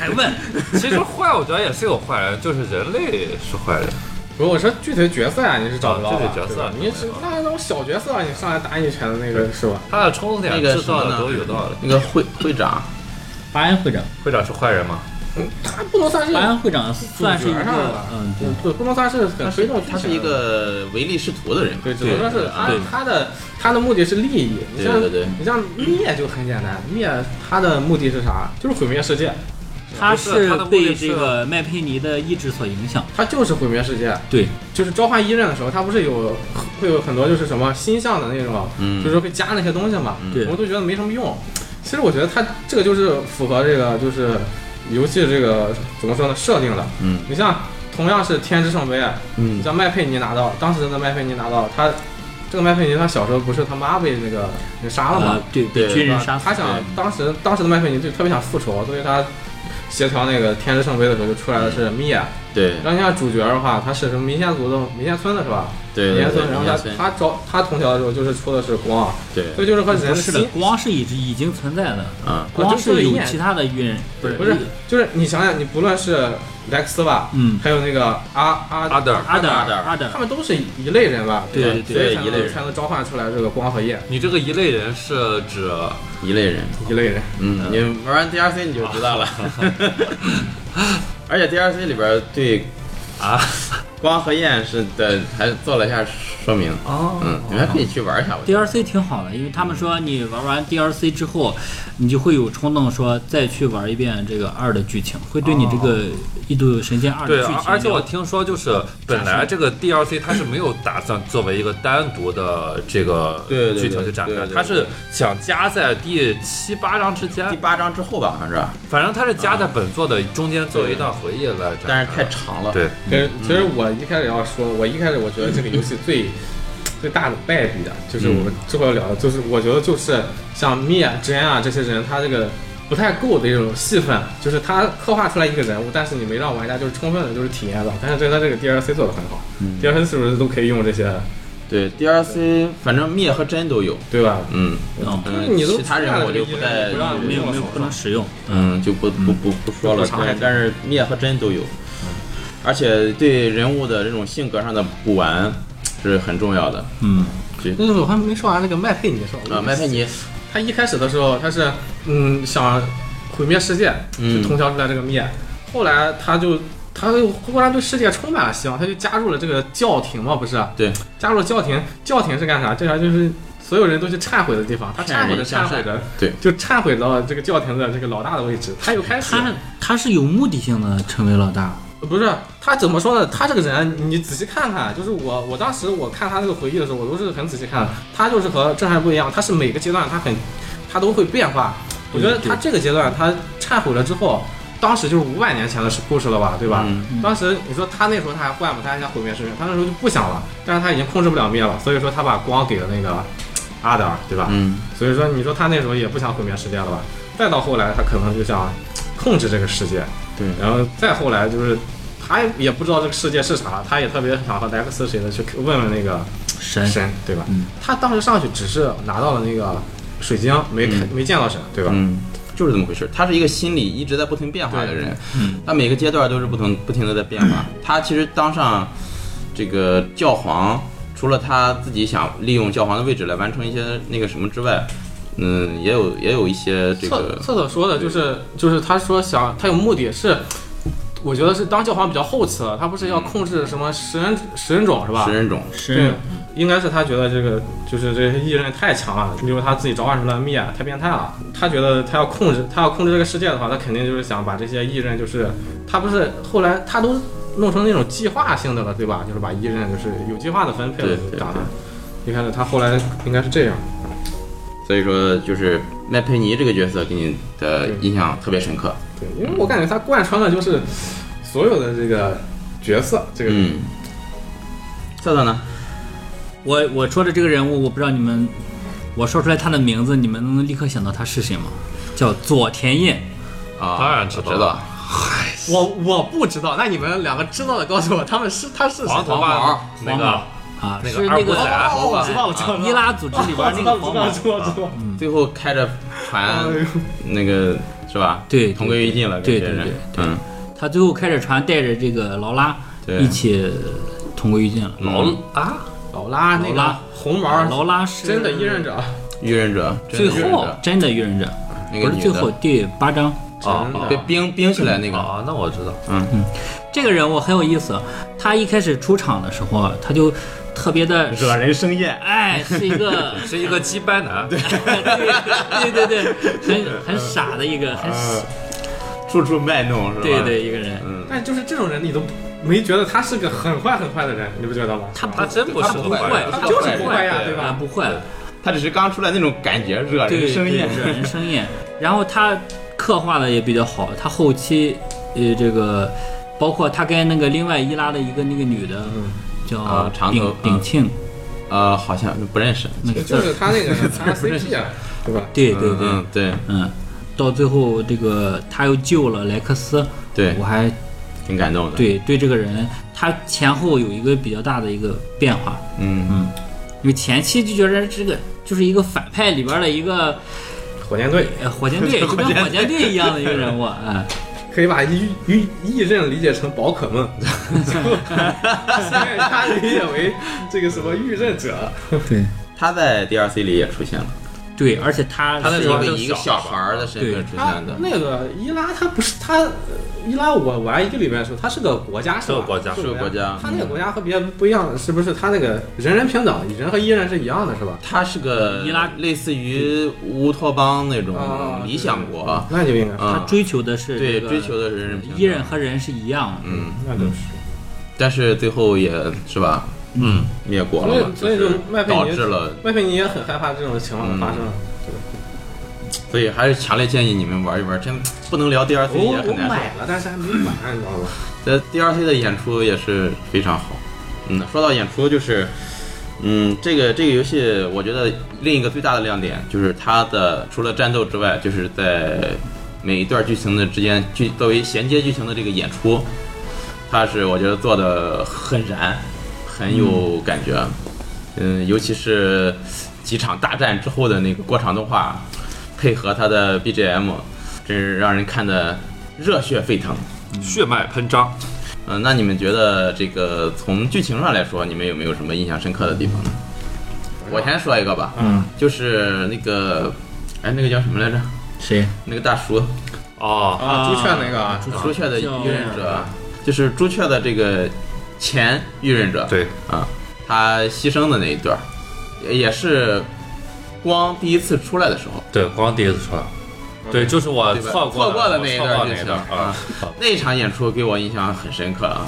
S2: 还 问，
S4: 其实坏，我觉得也是有坏人，就是人类是坏人。
S3: 不是我说具体角色啊，你是找不到
S4: 啊
S3: 的，
S4: 具体角色
S3: 对吧
S4: 啊
S3: 你是那那种小角色啊，你上来打你一拳的那个是吧？
S4: 他的冲突
S1: 那
S4: 点
S1: 个
S4: 制
S1: 什
S4: 造
S1: 么
S4: 的
S1: 呢
S4: 都有道理。
S1: 那个会会长，
S2: 华安会长，
S4: 会长是坏人吗？
S3: 嗯，他不能算是
S2: 华，安会长算是一
S3: 主角上
S2: 个
S3: 了，
S2: 嗯，对
S3: 嗯，不不能算是很推动剧情的
S1: 他是一个唯利是图的人，
S3: 对，只能说是他
S1: 对
S3: 他的他的目的是利益。你像
S1: 对对对
S3: 你像灭就很简单，灭他的目的是啥？就是毁灭世界，
S2: 他
S4: 不是
S2: 是
S4: 他的目
S2: 被
S4: 的
S2: 这
S4: 是
S2: 个麦佩尼的意志所影响。
S3: 他就是毁灭世界。
S2: 对，
S3: 就是召唤一刃的时候，他不是有会有很多就是什么星象的那种，
S1: 嗯
S3: 就是会加那些东西嘛，
S2: 对
S3: 我们都觉得没什么用。其实我觉得他这个就是符合这个就是游戏这个怎么说呢设定的。
S1: 嗯，
S3: 你像同样是天之圣杯，啊
S1: 嗯
S3: 你，像麦佩尼拿到，当时的麦佩尼拿到他。这个麦佩尼他小时候不是他妈被那个给杀了吗？
S2: 啊，对，被
S1: 对
S2: 军
S3: 对
S2: 人
S3: 吧
S2: 杀死。
S3: 他想当时当时的麦佩尼就特别想复仇，所以他协调那个天之圣杯的时候就出来的是米娅。
S1: 嗯对
S3: 然后像主角的话，他是什么民间族的民间村的是吧？
S1: 对
S3: 民
S1: 对
S3: 间
S1: 对
S3: 村。，然后他他找他同条的时候就是出的是光，
S1: 对
S3: 所以就是和人
S2: 不
S3: 的
S2: 是的
S3: 心，
S2: 光是已已经存在的，
S1: 啊，
S2: 光
S3: 就是是一
S2: 有
S3: 眼
S2: 其他的军人，不是
S3: 不是就是你想想，你不论是莱克斯吧，
S2: 嗯
S3: 还有那个阿阿
S4: 阿德尔，
S2: 阿德尔
S1: 阿德尔
S2: 阿德
S3: 他
S2: 尔，
S3: 们都是一类人吧？
S2: 对
S3: 吧
S2: 对对
S3: 所以才
S1: 一类
S3: 能
S1: 人
S3: 才能召唤出来这个光和夜
S4: 你这个一类人是指啊
S1: 一类人，
S3: 一类人。
S1: 嗯，你玩完 DLC 你就 知道了。而且 DLC 里边对
S4: 啊？
S1: 光和燕是的，还做了一下说明。
S2: 哦
S1: 嗯，你们还可以去玩一下。我觉得
S2: DLC 挺好的，因为他们说你玩完 DLC 之后，你就会有冲动说再去玩一遍这个二的剧情，会对你这个《异度神剑二》
S4: 对，
S2: 的剧
S4: 而
S2: 情
S4: 而且我
S2: 了
S4: 听说就是
S1: 啊
S4: 本来这个 DLC 它是没有打算作为一个单独的这个
S1: 对对对
S4: 剧情去展
S1: 对
S4: 开
S1: 对，对
S4: 它是想加在第七八章之
S1: 第
S4: 间，
S1: 八章之后吧，好像是，啊
S4: 反正它是加在本作的中间作为一段回忆来展开。
S1: 但是太长了。
S4: 对，
S3: 其实，其
S1: 嗯
S3: 实我一开始要说，我一开始我觉得这个游 戏最最大的败笔啊，就是我
S1: 嗯
S3: 们最后要聊的，就是我觉得就是像灭啊、真啊这些人，他这个不太够的一种戏份，啊就是他刻画出来一个人物，但是你没让玩家就是充分的就是体验到。但是这他这个 DLC 做的很好、d
S1: 嗯
S3: l c 是不是都可以用这些，啊
S1: 对 DLC，反正灭和真都有。
S3: 对吧？
S1: 嗯
S2: 嗯
S1: 嗯，
S3: 你都
S1: 其他人我就不再
S3: 不让
S2: 没有没有不能使用。
S1: 嗯，就不不不不说了
S3: 不。长
S1: 但但是灭和真都有，而且对人物的这种性格上的补完是很重要的。
S2: 嗯，
S3: 但是我还没说完那个麦佩尼是吧？
S1: 啊，麦佩尼，
S3: 他一开始的时候，他是嗯想毁灭世界，
S1: 嗯
S3: 就通宵出来这个灭。后来他就他又后来对世界充满了希望，他就加入了这个教廷嘛，不是？
S1: 对，
S3: 加入了教廷。教廷是干啥？这啥就是所有人都去忏悔的地方。他忏悔着忏悔着，
S1: 对，
S3: 就忏悔到这个教廷的这个老大的位置。他又开始
S2: 他他是有目的性的成为老大，
S3: 不是他怎么说呢？他这个人，你仔细看看，就是我，我当时我看他那个回忆的时候，我都是很仔细看的。他就是和郑恺不一样，他是每个阶段他很，他都会变化。我觉得他这个阶段他忏悔了之后，当时就是五百年前的故事了吧，对吧？
S1: 嗯
S3: 当时你说他那时候他还坏吗？他还想毁灭世界，他那时候就不想了，但是他已经控制不了灭了，所以说他把光给了那个阿德尔，对吧？
S1: 嗯，
S3: 所以说，你说他那时候也不想毁灭世界了吧？再到后来，他可能就想控制这个世界，
S1: 对
S3: 然后再后来就是他也不知道这个世界是啥，他也特别想和莱克斯谁的去问问那个
S1: 哎
S2: 神
S3: 神，对吧？
S2: 嗯
S3: 他当时上去只是拿到了那个水晶，没看、没见到神，对吧？
S1: 嗯，就是这么回事。他是一个心理一直在不停变化的人，
S2: 嗯
S1: 他每个阶段都是不同不停的在变 化。他其实当上这个教皇，除了他自己想利用教皇的位置来完成一些那个什么之外，嗯，也有也有一些这
S3: 厕
S1: 个
S3: 厕所说的就是就是他说想他有目的是。我觉得是当教皇比较后期了，他不是要控制什么食人食人种是吧？
S1: 食人种，
S2: 是
S3: 对，应该是他觉得这个就是这些艺人太强了，比如他自己召唤出来的灭太变态了，他觉得他要控制，他要控制这个世界的话，他肯定就是想把这些艺人就是他不是后来他都弄成那种计划性的了，对吧？就是把艺人就是有计划的分配了
S1: 对对对
S3: 长的。一开始他后来应该是这样，
S1: 所以说就是麦佩尼这个角色给你的印象特别深刻。
S3: 对，因为我感觉他贯穿了就是所有的这个角色，这个、
S1: 嗯，策策呢？
S2: 我我说的这个人物，我不知道你们，我说出来他的名字，你们能立刻想到他是谁吗？叫佐田印，
S1: 啊，
S4: 当然知
S1: 知
S4: 道
S1: 道，
S3: 我我不知道，那你们两个知道的告诉我他们是他是谁
S4: 黄头
S1: 黄毛
S4: 发那个
S2: 黄啊，
S4: 那个
S2: 是那
S4: 二锅
S2: 个
S4: 仔啊
S3: 哦我知道我知道
S2: 伊拉组织
S3: 啊
S2: 里边那个黄毛，
S3: 道知道，
S2: 嗯
S1: 最后开着船，
S3: 嗯
S1: 那个是吧？
S2: 对
S1: 同归于尽了，
S2: 哎对
S1: 跟这些
S2: 对
S1: 人嗯，
S2: 他最后开着船带着这个劳拉
S1: 对
S2: 一起同归于尽了。
S4: 老
S1: 嗯
S4: 啊，
S3: 劳拉那
S2: 劳
S3: 个
S2: 拉
S3: 红毛
S2: 劳拉是
S3: 真的一忍者，
S1: 愚人者，真
S2: 最
S1: 的愚人
S2: 后
S1: 者
S2: 真的愚人者，
S1: 那
S2: 不
S1: 个
S2: 是
S1: 女
S2: 最后啊
S1: 的
S2: 第八章。
S4: 哦
S3: 真的
S1: 被冰冰起来那个，
S4: 哦，那我知道，
S2: 这个人物很有意思，他一开始出场的时候，他就特别的，
S1: 惹人生厌。
S2: 哎，是一个
S4: 是一个鸡掰男，对，
S2: 对对对，很很傻的一个，很傻
S1: 处处卖弄是吧？
S2: 对对一个人，
S1: 嗯，
S3: 但就是这种人，你都没觉得他是个很坏很坏的人，你不觉得吗？
S2: 他
S4: 他真不是
S2: 他不
S4: 个坏
S2: 坏
S4: 人，
S2: 他
S3: 他就是
S2: 不
S3: 不坏呀，
S4: 对
S3: 对
S2: 啊
S3: 吧？
S2: 不坏，
S1: 他只是刚出来那种感觉，惹
S2: 对
S1: 人生厌。
S2: 对惹人生厌。然后他刻画的也比较好，他后期呃这个包括他跟那个另外伊拉的一个那个女的叫
S1: 啊长头
S2: 秉
S1: 嗯
S2: 秉庆
S1: 呃，好像不认识。
S2: 那个字
S3: 就
S2: 儿，
S3: 是他那个他 CP 啊，对吧？
S2: 对对对，
S1: 嗯对
S2: 嗯，到最后这个他又救了莱克斯，
S1: 对
S2: 我，还
S1: 挺感动的。，
S2: 对对这个人他前后有一个比较大的一个变化。
S1: 嗯，
S2: 因为前期就觉得这个就是一个反派里边的一个
S3: 火箭队
S2: 呃火箭队，就跟火箭队一样的一个人物，哎，
S3: 可以把一一一刃理解成宝可梦，他理解为这个什么御刃者，
S1: 他在 DLC 里也出现了。
S2: 对，而且他
S4: 他那
S1: 是
S2: 是
S4: 时
S1: 一
S4: 候
S1: 个
S4: 就
S1: 以一个小
S4: 小吧
S1: 孩儿的身份
S2: 对啊
S1: 出
S3: 他
S1: 现的，
S3: 那个伊拉，他不是他呃伊拉，我玩一个礼拜的时候，他是个国家是
S4: 是
S3: 吧？
S4: 个国家
S1: 是个国家
S3: 他那个国家和别的不一样，是不是？他那个人人平等，人和伊人是一样的，是吧？
S1: 它是个
S2: 伊拉
S1: 类似于乌托邦那
S3: 啊
S1: 种理想国啊，
S3: 那就应该是，
S2: 他追求的是
S1: 对
S2: 这个
S1: 追求的人人平等
S2: 伊人和人是一样的，
S1: 嗯，
S3: 那就是。
S1: 但是最后也是吧
S4: 嗯，
S1: 灭国
S3: 所
S1: 了嘛
S3: 以，，所以
S1: 就
S3: 就是麦佩
S1: 导
S3: 尼
S1: 致了，
S3: 麦佩尼也很害怕这种情况的发生。
S1: 所以还是强烈建议你们玩一玩，真不能聊 DLC 也
S3: 嗯我我
S1: 很难受。
S3: 买了，但是还没玩，你知道吗？
S1: 这 DLC 的演出也是非常好。嗯，说到演出，就是，嗯，这个这个游戏，我觉得另一个最大的亮点就是它的除了战斗之外，就是在每一段剧情的之间剧作为衔接剧情的这个演出，它是我觉得做的很燃，很有感觉。嗯，尤其是几场大战之后的那个过场动画，配合它的 BGM，真是让人看得热血沸腾。
S4: 血脉喷张。
S1: 嗯，那你们觉得这个从剧情上来说，你们有没有什么印象深刻的地方呢？我先说一个吧，
S3: 嗯，
S1: 就是那个，哎，那个叫什么来着？
S2: 谁？
S1: 那个大叔，
S4: 哦，
S3: 啊，朱雀那个啊，
S1: 朱雀的
S2: 叫
S1: 预刃者，就是朱雀的这个前预刃者，
S4: 对，
S1: 啊，他牺牲的那一段儿，也也是光第一次出来的时候，
S4: 对，光第一次出来，对，就是我
S1: 对吧
S4: 错
S1: 错过了
S4: 了那
S1: 那一
S4: 错
S1: 段
S4: 过
S1: 就
S4: 那一
S1: 是
S4: 段啊，啊
S1: 那一场演出给我印象很深刻啊，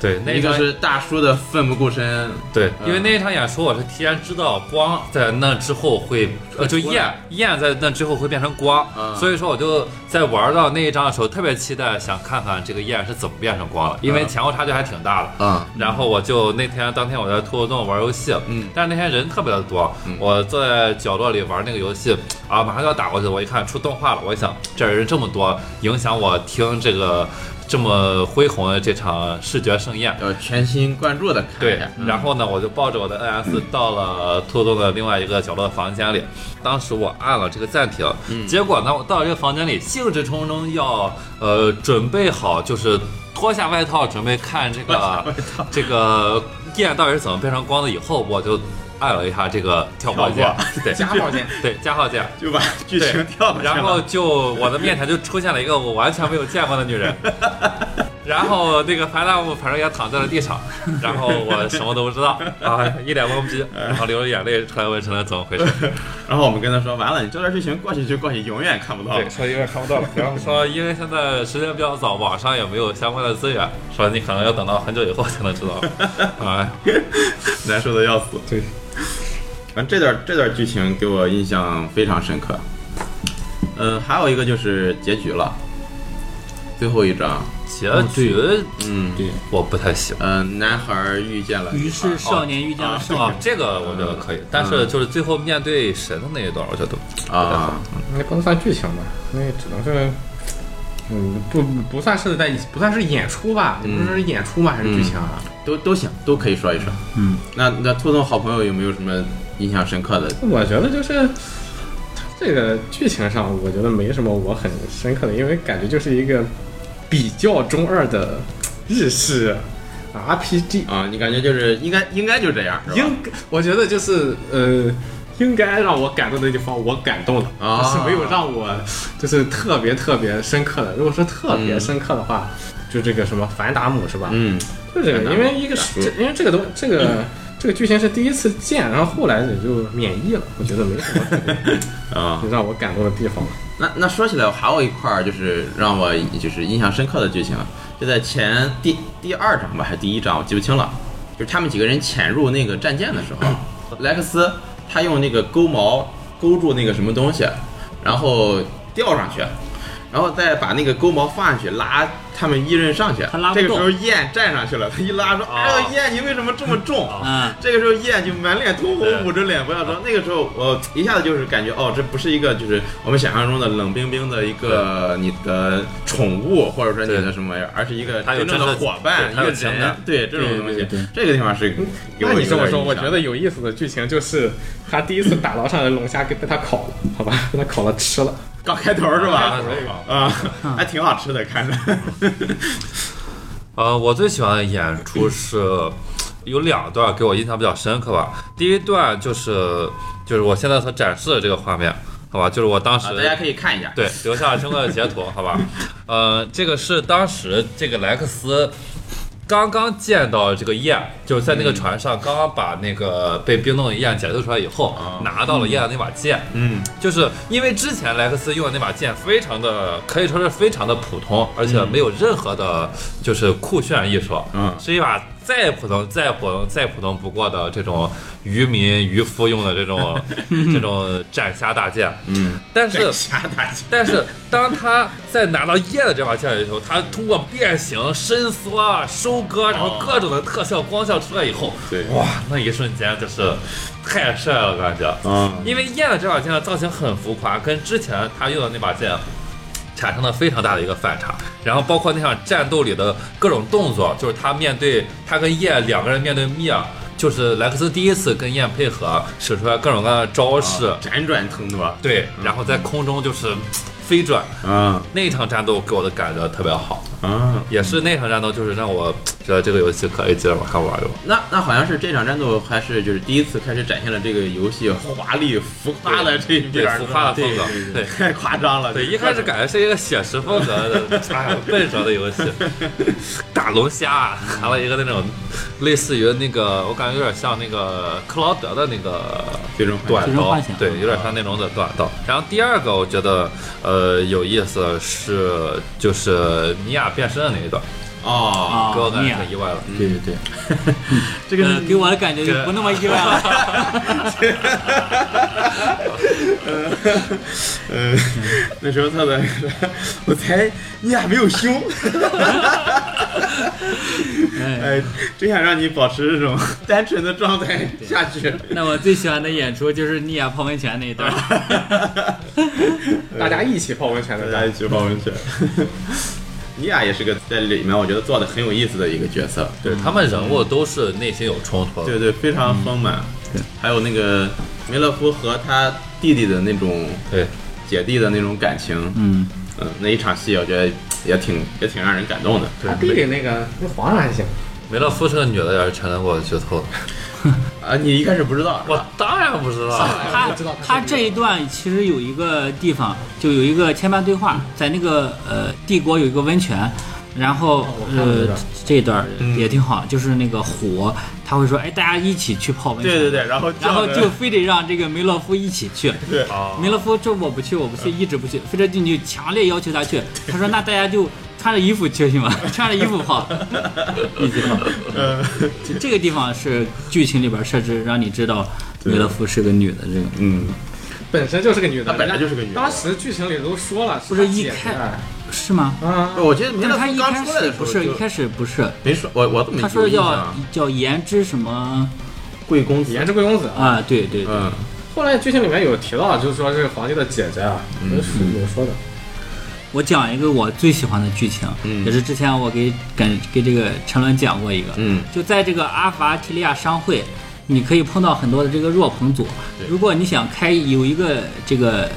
S4: 对，那
S1: 一
S4: 一
S1: 个
S4: 段
S1: 是大叔的奋不顾身，
S4: 对，
S1: 嗯
S4: 因为那一场演出，我是提前知道光在那之后会，呃，就
S1: 会出来
S4: 焰焰在那之后会变成光，
S1: 嗯
S4: 所以说我就在玩到那一章的时候，特别期待想看看这个焰是怎么变成光了，因为
S1: 嗯
S4: 前后差距还挺大的。
S1: 啊，
S4: 然后我就那天当天我在兔子洞玩游戏，
S1: 嗯
S4: 但是那天人特别的多，
S1: 嗯
S4: 我坐在角落里玩那个游戏啊，马上就要打过去，我一看出动画了，我一想这儿人这么多，影响我听这个这么恢宏的这场视觉盛宴，
S1: 要全心贯注的嗯看一
S4: 对
S1: 下，，
S4: 嗯然后呢，我就抱着我的 NS 到了兔洞的另外一个角落的房间里。当时我按了这个暂停，结果呢，我到了这个房间里，兴致冲冲要呃准备好，就是脱下外套准备看这个这个焰到底是怎么变成光的。以后我就按了一下这个跳过键
S1: 跳，
S4: 对，
S3: 加号键，
S4: 对加号键。
S1: 就把剧
S4: 对
S1: 情跳过去了。
S4: 然后就我的面前就出现了一个我完全没有见过的女人，然后那个排大木反正也躺在了地上，然后我什么都不知道啊，一脸懵逼，然后流着眼泪出来问陈伦怎么回事，
S1: 然后我们跟他说，完了，你这段剧情过去就过去，永远看不到。
S4: 对，说因为看不 到了，然后说因为现在时间比较早，网上也没有相关的资源，说你可能要等到很久以后才能知道，啊，
S1: 难受的要死。
S3: 对，
S1: 反正这段这段剧情给我印象非常深刻。呃，还有一个就是结局了，最后一章，
S4: 结
S2: 哦对
S4: 局
S1: 嗯
S2: 对，
S4: 我不太喜欢。
S1: 呃，男孩儿遇见了，
S2: 于是少年遇见了少
S4: 啊
S2: 女，，
S4: 这个我觉得可以，但是就是最后面对神的那一段，我觉得
S1: 啊，
S3: 那不能算剧情吧，那只能是，嗯，不不算是在不算是演出吧，你不是演出吗？还是剧情啊？
S1: 都都行，都可以说一说。
S2: 嗯，
S1: 那那兔总好朋友有没有什么印象深刻的？
S3: 我觉得就是这个剧情上，我觉得没什么我很深刻的，因为感觉就是一个比较中二的日式 RPG，
S1: 啊，你感觉就是应该应该就这样，是吧
S3: 应我觉得就是呃。应该让我感动的地方，我感动了，
S1: 啊
S3: 但是没有让我就是特别特别深刻的。如果说特别
S1: 嗯
S3: 深刻的话，就这个什么凡达姆是吧？
S1: 嗯，
S3: 就这个，因为一个
S1: 是嗯
S3: 这因为这个东这个这个剧情是第一次见，然后后来也就免疫了，我觉得没什么特别
S1: 啊，
S3: 让我感动的地方。
S1: 那那说起来，还有一块儿就是让我就是印象深刻的剧情，啊就在前第第二章吧，还是第一章，我记不清了。就是他们几个人潜入那个战舰的时候，莱克斯他用那个钩矛钩住那个什么东西，然后吊上去，然后再把那个钩矛放下去拉他们一人上去。
S2: 他拉不
S1: 这个
S2: 动哦
S1: 时候燕站上去了，他一拉说：“哎呦，燕你为什么这么重？”
S2: 嗯，
S1: 这个时候燕就满脸通红，捂着脸不要说。那个时候我一下子就是感觉，哦，这不是一个就是我们想象中的冷冰冰的一个你的宠物，或者说你的什么玩意儿，而是一个
S4: 它有
S1: 真正的
S4: 真的
S1: 伙伴，
S4: 对
S1: 一
S4: 它有
S1: 个
S4: 情
S1: 人
S4: 感，
S1: 对这种
S2: 对
S1: 东
S2: 对
S1: 西
S2: 对，
S1: 这个地方是 给
S3: 那
S1: 我
S3: 你这么
S1: 有点
S3: 说，
S1: 印
S3: 我
S1: 象
S3: 觉得有意思的剧情就是他第一次打捞上来龙虾给被他烤了，好吧， 被他烤了吃了。
S1: 刚开头是吧？
S4: 吧？
S1: 啊，还挺好吃的，看着。
S4: 呃，我最喜欢的演出是， 有两段给我印象比较深刻吧。第一段就是就是我现在所展示的这个画面，好吧，就是我当时、
S1: 啊，大家可以看一下。
S4: 对，留下了深刻的截图，好吧？呃，这个是当时这个莱克斯刚刚见到这个燕，就是在那
S1: 嗯
S4: 个船上刚刚把那个被冰冻的燕解救出来以后，
S1: 哦
S4: 拿到了燕的那把剑。
S1: 嗯，
S4: 就是因为之前莱克斯用的那把剑非常的，可以说是非常的普通，而且没有任何的，就是酷炫艺术，
S1: 嗯
S4: 是一把再普通、再普通、再普通不过的这种渔民渔夫用的 这种这种斩虾大剑。
S1: 嗯，
S4: 但是
S1: 啥大家？
S4: 但是当他在拿到叶的这把剑的时候，他通过变形、伸缩啊、收割，然后各种的特效光效出来以后，
S1: 哦对
S4: 哇，那一瞬间就是太帅了，感觉。
S1: 嗯
S4: 因为燕的这把剑的造型很浮夸，跟之前他用的那把剑产生了非常大的一个反差。然后包括那场战斗里的各种动作，就是他面对他跟燕两个人面对面，就是莱克斯第一次跟燕配合，使出来各种各样的招式，
S1: 辗转腾挪。
S4: 对，然后在空中就是飞转。
S1: 啊
S4: 那一场战斗给我的感觉特别好，
S1: 啊，
S4: 也是那场战斗就是让我觉得这个游戏可以接着往下玩一玩。
S1: 那那好像是这场战斗还是就是第一次开始展现了这个游戏华丽浮夸的这一
S4: 对
S1: 面儿，
S4: 浮夸的风格
S1: 对
S4: 对
S1: 太夸张了。
S4: 对，一开始感觉是一个写实风格的，哎呀，笨拙的游戏，打龙虾，拿了一个那种类似于那个，我感觉有点像那个克劳德的那个
S1: 最终
S4: 短
S2: 最终
S4: 刀
S2: 幻想，
S4: 对，有点像那种的短刀。然后第二个我觉得呃有意思的是就是米娅变身的那一段，
S1: 哦，
S2: 啊
S4: 给我，感
S2: 你
S4: 觉
S2: 啊
S4: 很意外了。
S1: 嗯
S2: 对对对，
S1: 这
S2: 呃，给我的感觉就不那么意外了。
S1: 呃，那时候他的， 我才你俩没有 胸，
S2: 哎，
S1: 哎，真想让你保持这种单纯的状态下去。
S2: 那我最喜欢的演出就是妮娅泡温泉那一段。
S3: 大家一起泡温泉
S1: 大
S3: 的
S1: 家一起泡温泉。 尼亚也是个在里面，我觉得做的很有意思的一个角色。
S4: 对他们人物都是内心有冲突的，
S1: 对对，非常丰满。
S4: 嗯
S1: 对，还有那个梅勒夫和他弟弟的那种
S4: 对，
S1: 姐弟的那种感情，嗯、
S2: 嗯，
S1: 那一场戏我觉得也挺也挺让人感动的。
S2: 啊
S3: 他弟弟那个那皇上还行，
S4: 梅勒夫是个女的，要是承认我剧透了，
S1: 啊，你一开始不知道是
S4: 我
S1: 吧？
S4: 当然不知道了。
S2: 他他这一段其实有一个地方，就有一个牵绊对话，在那个呃帝国有一个温泉，然后
S3: 我看了这
S2: 呃
S3: 段
S2: 这一段也挺好，就是那个火，他会说哎大家一起去泡温泉，
S1: 对对对，然后
S2: 然后
S1: 叫着
S2: 就非得让这个梅洛夫一起去，
S1: 对
S4: 啊
S2: 梅勒夫这我不去，我不
S1: 嗯
S2: 去，一直不去。飞车进去强烈要求他去，他说那大家就穿着衣服去行吗？穿着衣服泡， 一起泡。
S1: 呃，
S2: 这这个地方是剧情里边设置让你知道
S1: 对
S2: 梅勒夫是个女的，这个
S1: 嗯，
S3: 本身就是个女的，
S1: 她本来就是个女的
S3: 当时剧情里都说了，
S2: 不是
S3: 她
S2: 一
S3: 姐姐
S2: 开是吗？
S3: 啊，
S1: 我觉得梅嗯勒
S2: 但是他
S1: 夫
S2: 一
S1: 刚
S2: 开
S1: 出来的
S2: 始
S1: 时候
S2: 不是，
S1: 就
S2: 一开始不是，
S1: 没说，我我怎么
S2: 他说
S1: 有印象
S2: 叫
S1: 啊
S2: 叫颜之什么
S1: 贵公子
S3: 颜值贵公子。
S2: 啊？对对对，
S1: 嗯，
S3: 后来剧情里面有提到，就是说这个皇帝的姐姐啊，
S1: 嗯
S3: 有说有说的，
S2: 我讲一个我最喜欢的剧情，
S1: 嗯
S2: 也是之前我给跟给这个陈伦讲过一个，
S1: 嗯
S2: 就在这个阿法提利亚商会，你可以碰到很多的这个弱朋组
S1: 对。
S2: 如果你想开有一个这个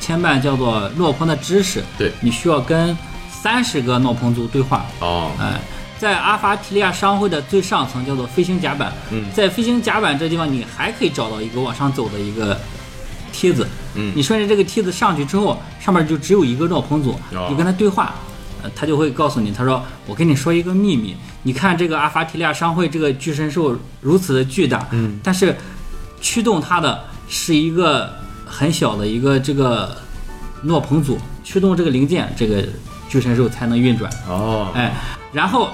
S2: 牵绊叫做弱朋的知识，
S1: 对
S2: 你需要跟三十个诺朋族对话。
S1: 哦，
S2: 哎、在阿法提利亚商会的最上层叫做飞行甲板。
S1: 嗯
S2: 在飞行甲板这地方，你还可以找到一个往上走的一个梯子。
S1: 嗯
S2: 你顺着这个梯子上去之后，上面就只有一个诺朋组
S1: 哦，
S2: 你跟他对话。呃他就会告诉你，他说：“我跟你说一个秘密，你看这个阿法提利亚商会这个巨神兽如此的巨大，
S1: 嗯，
S2: 但是驱动它的是一个很小的一个这个诺朋组，驱动这个零件，这个巨神兽才能运转。
S1: 哦，
S2: 哎，然后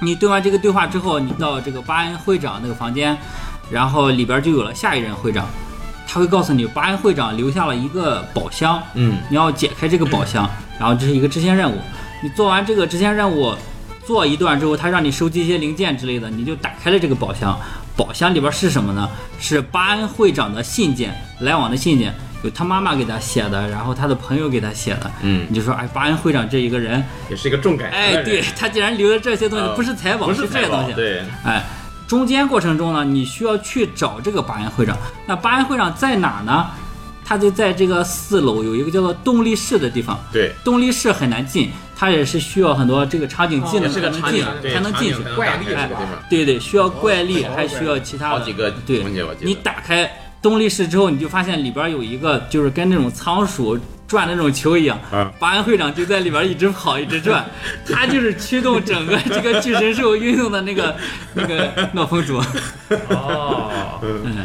S2: 你对完这个对话之后，你到这个巴恩会长那个房间，然后里边就有了下一任会长，他会告诉你巴恩会长留下了一个宝箱，
S1: 嗯
S2: 你要解开这个宝箱，然后这是一个支线任务。你做完这个支线任务，做一段之后，他让你收集一些零件之类的，你就打开了这个宝箱。宝箱里边是什么呢？是巴恩会长的信件，来往的信件，有他妈妈给他写的，然后他的朋友给他写的。
S1: 嗯，
S2: 你就说，哎，巴恩会长这一个人，
S1: 也是一个重感情的
S2: 哎，
S1: 人
S2: 对他竟然留了这些东西，
S1: 呃
S2: 不是财宝，
S1: 不是
S2: 这些
S1: 太棒
S2: 东西。
S1: 对，
S2: 哎，中间过程中呢，你需要去找这个巴恩会长。那巴恩会长在哪呢？它就在这个四楼有一个叫做动力室的地方，
S1: 对，
S2: 动力室很难进，它也是需要很多这个场景技
S3: 哦
S2: 能
S3: 也
S2: 才
S3: 是
S1: 个
S2: 能
S1: 场景
S2: 进，
S1: 对
S2: 才能
S1: 场
S2: 进
S1: 景
S2: 去
S1: 才。能
S3: 怪
S1: 打
S3: 力
S1: 开
S3: 是
S1: 这
S3: 吧
S1: 个地方
S2: 对对，需要怪力，还需要其他的
S1: 哦好几个
S2: 对
S1: 东西我记得
S2: 你打开动力室之后，你就发现里边有一个就是跟那种仓鼠转那种球一样
S1: 嗯，
S2: 保安会长就在里边一直跑一 直转，他就是驱动整个这个巨神兽运动的那 个那个闹风组。
S1: 嗯
S2: 嗯
S3: 哦，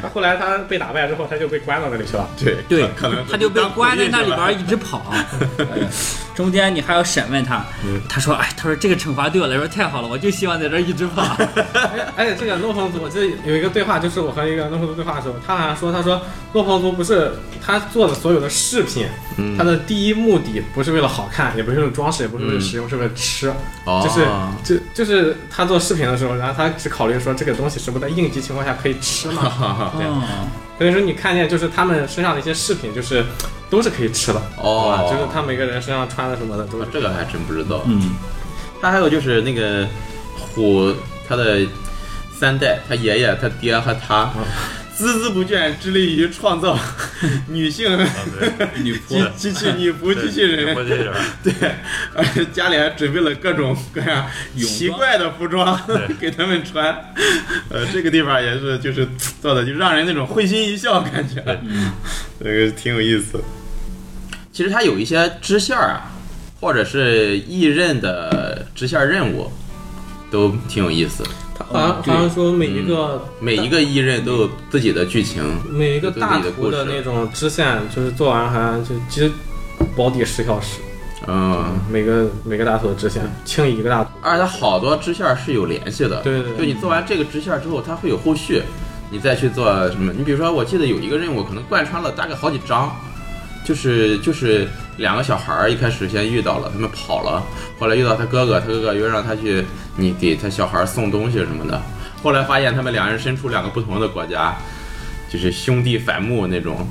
S3: 他 后来他被打败之后，他就被关到那里去了。
S1: 对
S2: 对
S1: 可能，
S2: 他就被关在那里边儿一直 跑，哎中间你还要审问他，
S1: 嗯
S2: 他说：“哎，他说这个惩罚对我来说太好了，我就希望在这儿一直跑。
S3: 而哎且这个诺鹏族，我记得有一个对话，就是我和一个诺鹏族对话的时候，他好像说，他说诺鹏族不是他做的所有的饰品，
S1: 嗯
S3: 他的第一目的不是为了好看，也不是为了装饰，也不是为
S1: 嗯
S3: 了实用，是为了吃。
S1: 哦
S3: 就是就就是他做饰品的时候，然后他只考虑说这个东西是不是在应急情况下可以吃 嘛。对
S1: 嗯
S2: 哦
S3: 所以说你看见就是他们身上的一些饰品，就是都是可以吃的，
S1: 哦
S3: 好吧就是他每个人身上穿的什么的都是
S1: 啊这个还真不知道。
S2: 嗯，
S1: 他还有就是那个虎，他的三代，他爷爷、他爹和他，孜孜不倦致力于创造女性
S4: 女仆
S1: 机机器女仆机器人，
S4: 啊我这人，
S1: 对，而且家里还准备了各种各样奇怪的服装 给他们穿，呃，这个地方也是就是做的就让人那种会心一笑的感觉， 这个挺有意思。其实它有一些支线儿啊，或者是异任的支线任务，都挺有意思。
S3: 他好像好像说每一个
S1: 每一个异任都有自己的剧情，
S3: 每一个大
S1: 有自己的
S3: 图
S1: 故
S3: 的
S1: 事
S3: 那种支线，就是做完好像就其实保底十小时，
S1: 嗯，
S3: 每个每个大图的支线清一个大图。
S1: 而且它好多支线是有联系的，
S3: 对对对
S1: 就你做完这个支线之后，它会有后续，你再去做什么？你比如说，我记得有一个任务可能贯穿了大概好几章，就是就是两个小孩儿一开始先遇到了，他们跑了，后来遇到他哥哥，他哥哥又让他去你给他小孩儿送东西什么的，后来发现他们两人身处两个不同的国家，就是兄弟反目那种。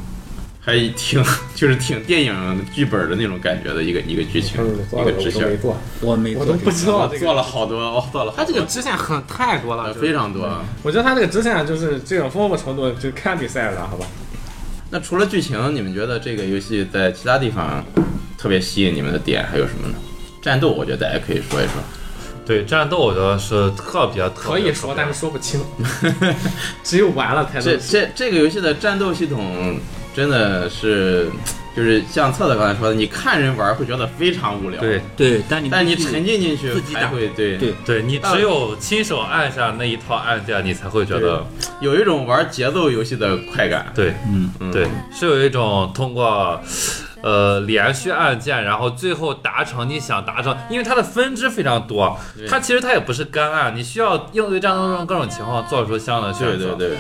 S1: 还挺 就是挺电影剧本的那种感觉的一个一个剧情
S3: 嗯，做
S1: 一
S3: 了
S1: 个
S3: 我
S1: 支
S3: 都
S1: 线
S3: 没。做，
S2: 我没
S3: 我都
S2: 做这
S3: 不
S2: 个。
S3: 知道这
S1: 做
S3: 个。
S1: 了好多，哦，做了好
S3: 他这
S1: 多
S3: 个支线很太多了，
S1: 呃
S3: 真的
S1: 非。常多。
S3: 我觉得他这个支线就是这种丰富程度，就看比赛了，好吧？
S1: 那除了剧情，你们觉得这个游戏在其他地方特别吸引你们的点还有什么呢？战斗，我觉得大家可以说一说。
S4: 对战斗我觉得是特别特别
S3: 可以说，但是说不清，只有玩了才
S1: 这
S3: 能。
S1: 这这个游戏的战斗系统真的是，就是像策策刚才说的，你看人玩会觉得非常无聊，
S4: 对，
S2: 对，但你
S1: 但你
S2: 必须
S1: 沉浸进去
S2: 自己打
S1: 才会对
S2: 对
S4: 对你只有亲手按下那一套按键，你才会觉得
S1: 有一种玩节奏游戏的快感。
S4: 对
S2: 嗯
S1: 嗯嗯
S4: 对，是有一种通过。呃，连续按键，然后最后达成你想达成，因为它的分支非常多，它其实它也不是干按，你需要应对战斗中各种情况做出相应的选择。
S1: 对对对，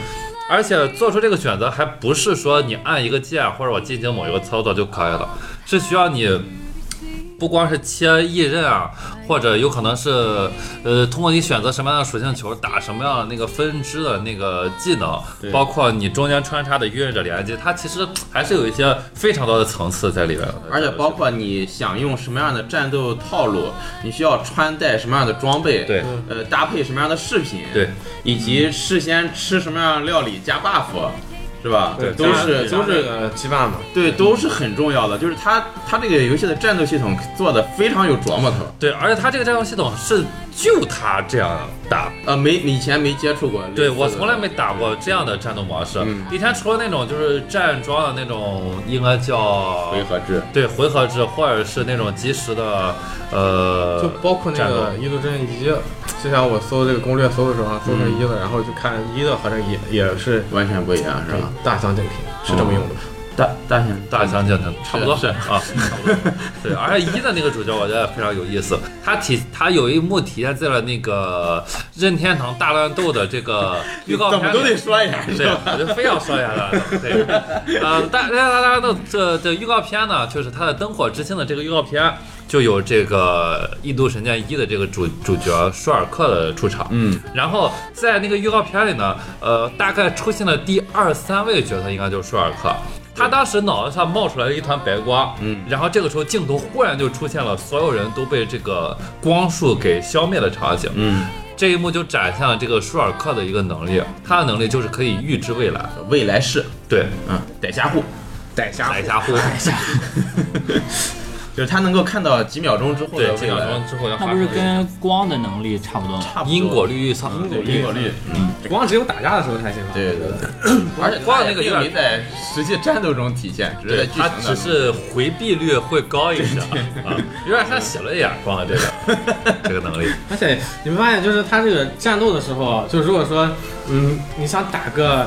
S4: 而且做出这个选择还不是说你按一个键或者我进行某一个操作就可以了，是需要你不光是切一刃啊，或者有可能是呃通过你选择什么样的属性球打什么样的那个分支的那个技能
S1: 对，
S4: 包括你中间穿插的预刃者连接，它其实还是有一些非常多的层次在里边的。
S1: 而且包括你想用什么样的战斗套路，你需要穿戴什么样的装备，
S4: 对
S1: 呃，搭配什么样的饰品，
S4: 对，
S1: 以及事先吃什么样的料理加 buff，是吧？
S3: 对
S1: 都是都是
S3: 呃羁绊嘛。
S1: 对，都是很重要的。就是它它这个游戏的战斗系统做的非常有琢磨头，
S4: 对，而且它这个战斗系统是就它这样打
S1: 呃，没以前没接触过类似的，
S4: 对我从来没打过这样的战斗模式
S1: 嗯，
S4: 以前除了那种就是站桩的那种，应该叫
S1: 回合制，
S4: 对回合制，或者是那种及时的，呃，
S3: 就包括那
S4: 战斗
S3: 个《一度真一》，就像我搜这个攻略搜的时候，啊搜成一
S1: 嗯
S3: 的，然后就看一的，好像也也是
S1: 完全不一样，是吧？
S3: 大相径庭，是这么用的。
S1: 哦大大型
S4: 大相径庭，差不多
S1: 是
S4: 啊，差不多。对，而且一的那个主角我觉得非常有意思，他体他有一幕体现在了那个任天堂大乱斗的这个预告
S1: 怎
S4: 片
S1: 么
S4: 里，
S1: 都得说一下，是
S4: 对，
S1: 吧？
S4: 我就非要说一下了。对，呃，大大家大家都这这预告片呢，就是它的《灯火之星》的这个预告片，就有这个《异度神剑一》的这个主主角舒尔克的出场。
S1: 嗯，
S4: 然后在那个预告片里呢，呃，大概出现了第二三位角色，应该就是舒尔克。他当时脑袋上冒出来了一团白光，
S1: 嗯
S4: 然后这个时候镜头忽然就出现了，所有人都被这个光束给消灭的场景，
S1: 嗯，
S4: 这一幕就展现了这个舒尔克
S1: 嗯
S4: 的一个能力，他的能力就是可以预知未来。
S1: 未来式，啊
S4: 对
S1: 嗯，逮瞎户，
S3: 逮虾
S4: 逮虾户，
S1: 就是他能够看到几秒钟之后的
S4: 对，
S1: 未
S4: 几秒
S1: 来
S4: 钟，之后要
S2: 那
S4: 发
S2: 不是
S4: 生
S2: 跟光的能力差不多吗？
S1: 差不多
S4: 因果律律上，
S1: 对因果律，嗯，
S3: 光只有打架的时候才行啊吧？
S1: 对 对对，而且
S4: 光
S1: 他
S4: 那个
S1: 也
S4: 有
S1: 并没
S4: 点
S1: 在实际战斗中体现，只是在
S4: 对，
S1: 剧
S4: 它
S1: 情
S4: 只
S1: 当中。
S4: 是回避率会高一点啊，有点像写轮眼光的这个这个能力。
S3: 而且你们发现，就是他这个战斗的时候，就如果说，嗯，你想打个，